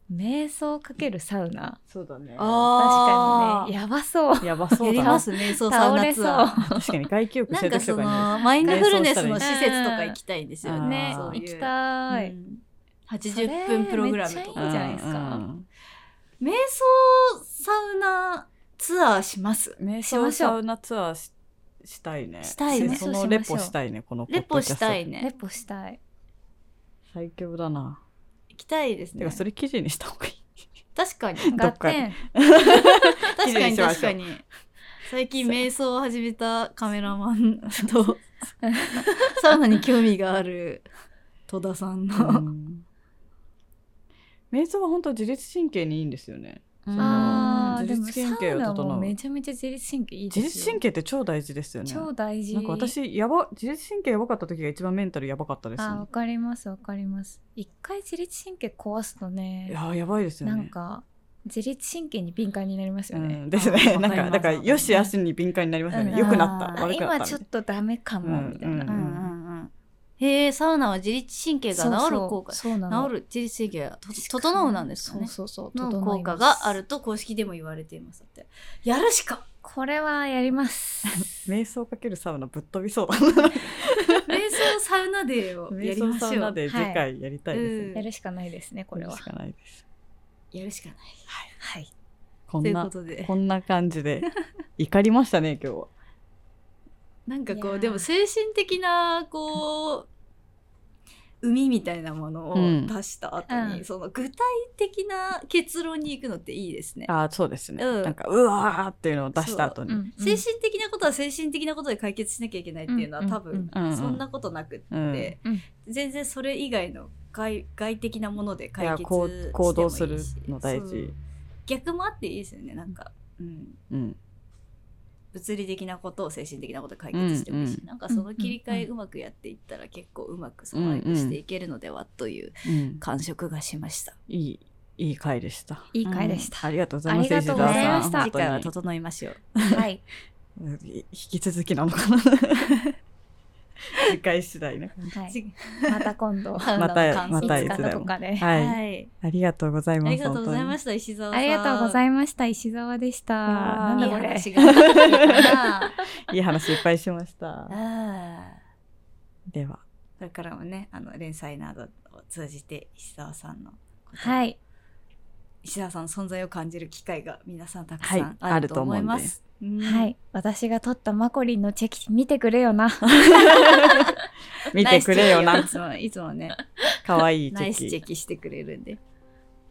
[SPEAKER 2] ー
[SPEAKER 3] 瞑想かけるサウナ
[SPEAKER 2] そうだね
[SPEAKER 3] 確
[SPEAKER 1] あー
[SPEAKER 3] かにねやばそう
[SPEAKER 2] やばそう
[SPEAKER 1] や
[SPEAKER 2] だ
[SPEAKER 1] り
[SPEAKER 2] な
[SPEAKER 1] ますね、そうサウ
[SPEAKER 3] 倒
[SPEAKER 1] ナ
[SPEAKER 3] れそ
[SPEAKER 1] ツアー。
[SPEAKER 3] う
[SPEAKER 2] 確かに外気浴し
[SPEAKER 1] な
[SPEAKER 2] て
[SPEAKER 1] ん
[SPEAKER 2] る
[SPEAKER 1] か
[SPEAKER 2] 時と
[SPEAKER 1] そ
[SPEAKER 2] かに
[SPEAKER 1] のマインドフルネスの施設とか行きたいんですよ
[SPEAKER 2] うん
[SPEAKER 1] ね。
[SPEAKER 3] ね
[SPEAKER 1] そういう
[SPEAKER 3] 行きた
[SPEAKER 1] う
[SPEAKER 3] い
[SPEAKER 1] ん80分プログラムと
[SPEAKER 3] それめっちゃい
[SPEAKER 1] か。
[SPEAKER 3] いじゃないですか
[SPEAKER 2] うん
[SPEAKER 1] 瞑想サウナツアーします。
[SPEAKER 2] 瞑
[SPEAKER 3] しま
[SPEAKER 2] 想
[SPEAKER 3] しょう
[SPEAKER 2] サウナツアーししたいね
[SPEAKER 1] したいね
[SPEAKER 2] そのレポしたいねこのポッ
[SPEAKER 1] レ
[SPEAKER 2] ドキャ
[SPEAKER 1] ポ
[SPEAKER 2] スト
[SPEAKER 1] したい
[SPEAKER 3] レ
[SPEAKER 1] ね。
[SPEAKER 3] ポしたい
[SPEAKER 2] 最強だ な
[SPEAKER 1] 行きたいです
[SPEAKER 2] て
[SPEAKER 1] ね
[SPEAKER 2] か。それ記事にした方がいい
[SPEAKER 1] 確かに。
[SPEAKER 2] ど
[SPEAKER 3] 合
[SPEAKER 2] っかで
[SPEAKER 3] 点
[SPEAKER 1] 確かに
[SPEAKER 2] 記事にしましょう
[SPEAKER 1] 確かに最近瞑想を始めたカメラマンとサウナに興味がある戸田さん
[SPEAKER 2] う
[SPEAKER 1] の、
[SPEAKER 2] ん瞑想は本当自律神経にいいんですよね。
[SPEAKER 1] うん
[SPEAKER 3] あー
[SPEAKER 2] 自律神経を整う
[SPEAKER 3] でもサウナもめちゃめちゃ自律神経いいです
[SPEAKER 2] 自
[SPEAKER 3] よ
[SPEAKER 2] 律神経って超大事ですよね。
[SPEAKER 3] 超大事
[SPEAKER 2] なんか私やば自律神経やばかった時が一番メンタルやばかったです
[SPEAKER 3] あわ
[SPEAKER 2] ね。
[SPEAKER 3] かりますわかります一回自律神経壊すとね
[SPEAKER 2] いやーやばいですよ
[SPEAKER 3] な
[SPEAKER 2] ね。
[SPEAKER 3] んか自律神経に敏感になります
[SPEAKER 2] う
[SPEAKER 3] よね、
[SPEAKER 2] ん、ですね。
[SPEAKER 1] あ
[SPEAKER 2] な
[SPEAKER 1] わ
[SPEAKER 2] ん
[SPEAKER 1] かります
[SPEAKER 2] かだからよし足に敏感になりますよ
[SPEAKER 3] うん
[SPEAKER 2] ね。良くなった
[SPEAKER 1] あー
[SPEAKER 2] 悪くなった。
[SPEAKER 3] 今ちょっとダメかもみたいな、
[SPEAKER 2] うん
[SPEAKER 1] うんうんうんへえサウナは自律神経が
[SPEAKER 3] そうそう
[SPEAKER 1] 治る効果
[SPEAKER 3] そうなの
[SPEAKER 1] 治る自律神経がと整うなんですよね
[SPEAKER 3] そうそうそう
[SPEAKER 1] の効
[SPEAKER 3] 整いま
[SPEAKER 1] 果
[SPEAKER 3] す
[SPEAKER 1] があると公式でも言われていますだってやるし か
[SPEAKER 3] これはやります
[SPEAKER 2] 瞑想かけるサウナぶっ飛びそうだな。
[SPEAKER 1] 瞑想サウナデーをやり
[SPEAKER 2] 瞑想
[SPEAKER 1] ま
[SPEAKER 2] サ
[SPEAKER 1] し
[SPEAKER 2] ウ
[SPEAKER 1] ょ
[SPEAKER 2] ナ
[SPEAKER 1] う
[SPEAKER 2] で次回やりたいですね。
[SPEAKER 1] うん
[SPEAKER 3] やるしかないですねこれは
[SPEAKER 2] やるしかないです。
[SPEAKER 1] やるしかない
[SPEAKER 3] はい
[SPEAKER 2] こと
[SPEAKER 1] い
[SPEAKER 2] ん
[SPEAKER 1] うこ
[SPEAKER 2] な
[SPEAKER 1] とで
[SPEAKER 2] こんな感じで怒りました ね今日は。
[SPEAKER 1] なんかこ
[SPEAKER 3] いうやー
[SPEAKER 1] でも精神的なこう海みたいなものを
[SPEAKER 2] うん
[SPEAKER 1] 出した後に、
[SPEAKER 3] うん
[SPEAKER 1] その具体的な結論に行くのっていいですね。
[SPEAKER 2] あーそうですね。
[SPEAKER 1] うん
[SPEAKER 2] なんかうわーっていうのを出した後に。
[SPEAKER 3] うんうん
[SPEAKER 1] 精神的なことは精神的なことで解決しなきゃいけないっていうのは、
[SPEAKER 3] うん
[SPEAKER 1] 多分、
[SPEAKER 2] うんうん
[SPEAKER 1] そんなことなくって、
[SPEAKER 2] う
[SPEAKER 3] うん
[SPEAKER 1] 全然それ以外の外外的なもので
[SPEAKER 2] い
[SPEAKER 1] 解
[SPEAKER 2] や
[SPEAKER 1] 決して
[SPEAKER 2] こ
[SPEAKER 1] もいういし
[SPEAKER 2] 行動するの大
[SPEAKER 1] そ
[SPEAKER 2] 事
[SPEAKER 1] う。逆もあっていいですよねなんか、うん、
[SPEAKER 2] うん、
[SPEAKER 1] 物理的なことを精神的なことで解決してもいいし、
[SPEAKER 2] うんうん
[SPEAKER 1] なんかその切り替え
[SPEAKER 3] うん
[SPEAKER 1] うまくやっていったら結構うまくサバイブしていけるのではという
[SPEAKER 2] うん、
[SPEAKER 1] 感触がしました。
[SPEAKER 2] いいいい回でした。
[SPEAKER 3] いい回でした、
[SPEAKER 2] ありがとうございます。
[SPEAKER 3] ありがとうございました
[SPEAKER 2] 石
[SPEAKER 1] 次回
[SPEAKER 2] 田さん
[SPEAKER 1] は
[SPEAKER 2] 本当に
[SPEAKER 1] 整いましょう。
[SPEAKER 3] はい
[SPEAKER 2] 引き続きなのかな。次回次第ね。
[SPEAKER 3] はい
[SPEAKER 1] 次
[SPEAKER 3] また 今度
[SPEAKER 1] サウナ
[SPEAKER 2] ま
[SPEAKER 1] の
[SPEAKER 2] た
[SPEAKER 1] 感想
[SPEAKER 2] また
[SPEAKER 3] い
[SPEAKER 2] い
[SPEAKER 3] つ
[SPEAKER 2] つ
[SPEAKER 3] か
[SPEAKER 2] で
[SPEAKER 3] どこ
[SPEAKER 2] も。
[SPEAKER 3] かで
[SPEAKER 2] はい、
[SPEAKER 1] はい。
[SPEAKER 2] ありがとうございます。
[SPEAKER 1] ありがとうございま
[SPEAKER 2] し
[SPEAKER 1] した石澤さん。
[SPEAKER 3] ありがとうござ
[SPEAKER 1] い
[SPEAKER 3] いました石澤でした
[SPEAKER 2] わー
[SPEAKER 3] なん
[SPEAKER 1] い
[SPEAKER 3] だ
[SPEAKER 1] い
[SPEAKER 3] これ
[SPEAKER 1] 話ができた な。
[SPEAKER 2] た。いい話いっぱいし ました。
[SPEAKER 1] あー
[SPEAKER 2] では、
[SPEAKER 1] これからもねあの連載などを通じて石澤さんのこと、
[SPEAKER 3] はい
[SPEAKER 1] 石澤さんの存在を感じる機会が皆さんたく
[SPEAKER 2] は
[SPEAKER 1] さ
[SPEAKER 2] い
[SPEAKER 1] んあると思います。
[SPEAKER 3] は、
[SPEAKER 1] はい
[SPEAKER 3] 私が撮ったマコリンのチェキ見てくれよな。
[SPEAKER 2] 見てくれよ
[SPEAKER 1] ナイ
[SPEAKER 2] な
[SPEAKER 1] ス。チェキをいつもいつもね
[SPEAKER 2] 可愛いチ
[SPEAKER 1] ナイ
[SPEAKER 2] ェ
[SPEAKER 1] スチェ
[SPEAKER 2] キ。
[SPEAKER 1] キしてくれるんで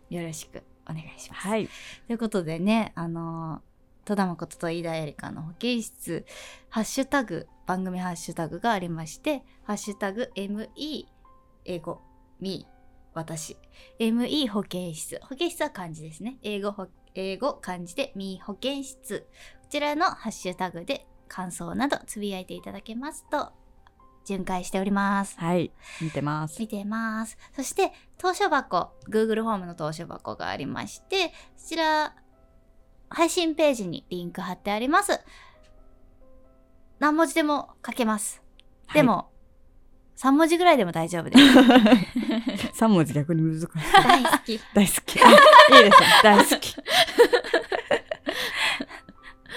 [SPEAKER 1] よろしくお願いします。
[SPEAKER 2] はい、
[SPEAKER 1] ということでね、あのー戸田誠と飯田エリカの保健室、ハッシュタグ、番組ハッシュタグがありまして、ハッシュタグ、ME、英語、me、私、ME 保健室、保健室は漢字ですね。英語、ほ英語、漢字で me 保健室。こちらのハッシュタグで感想などつぶやいていただけますと巡回しております。
[SPEAKER 2] はい見てます
[SPEAKER 1] 見てます。そして、投書箱、Google ホームの投書箱がありまして、そちら、配信ページにリンク貼ってあります。何文字でも書けます。でも、3文字ぐらいでも大丈夫です。
[SPEAKER 2] 3文字逆に難しい
[SPEAKER 3] 大好き。
[SPEAKER 2] 大好き あいいですね大好き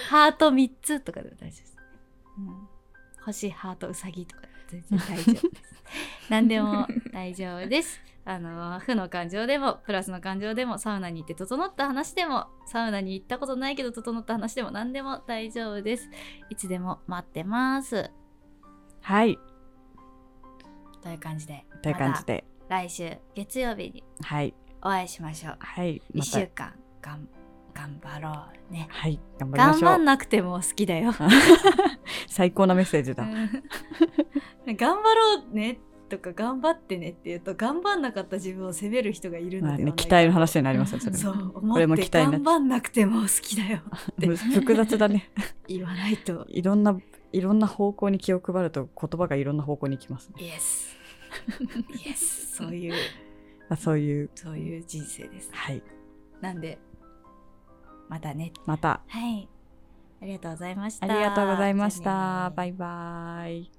[SPEAKER 1] ハート3つとかでも大丈夫です。うん、星、ハート、うさぎとかでも全然大 丈夫です。何でも大丈夫です。あの負の感情でもプラスの感情でもサウナに行って整った話でもサウナに行ったことないけど整った話でも何でも大丈夫ですいつでも待ってます
[SPEAKER 2] はい
[SPEAKER 1] という感じで
[SPEAKER 2] という感じで
[SPEAKER 1] また来週月曜日に
[SPEAKER 2] はい
[SPEAKER 1] お会いしましょう、
[SPEAKER 2] はい
[SPEAKER 1] 一
[SPEAKER 2] また
[SPEAKER 1] 1週間がん頑張ろうね
[SPEAKER 2] はい頑張りま
[SPEAKER 1] 頑
[SPEAKER 2] しょ
[SPEAKER 1] 張
[SPEAKER 2] うん
[SPEAKER 1] なくても好きだよ
[SPEAKER 2] 最高なメッセージだ、
[SPEAKER 1] うん頑張ろうねとか頑張ってねっていうと頑張んなかった自分を責める人がいるの
[SPEAKER 2] まあ
[SPEAKER 1] ではない、
[SPEAKER 2] ね
[SPEAKER 1] か
[SPEAKER 2] 期待の話になりますよそれ
[SPEAKER 1] そう思
[SPEAKER 2] これも
[SPEAKER 1] って
[SPEAKER 2] 期待になっ
[SPEAKER 1] 頑張んなくても好きだよって
[SPEAKER 2] む複雑だね
[SPEAKER 1] 言わない と
[SPEAKER 2] いろんないろんな方向に気を配ると言葉がいろんな方向に行きますね、
[SPEAKER 1] イエスイエスそういう
[SPEAKER 2] まあ、そういう
[SPEAKER 1] そういう人生です
[SPEAKER 2] はい
[SPEAKER 1] なんでまたね
[SPEAKER 2] また
[SPEAKER 1] はいありがとうございました
[SPEAKER 2] ありがとうございまし
[SPEAKER 1] じゃあ
[SPEAKER 2] た
[SPEAKER 1] ね
[SPEAKER 2] バイバイ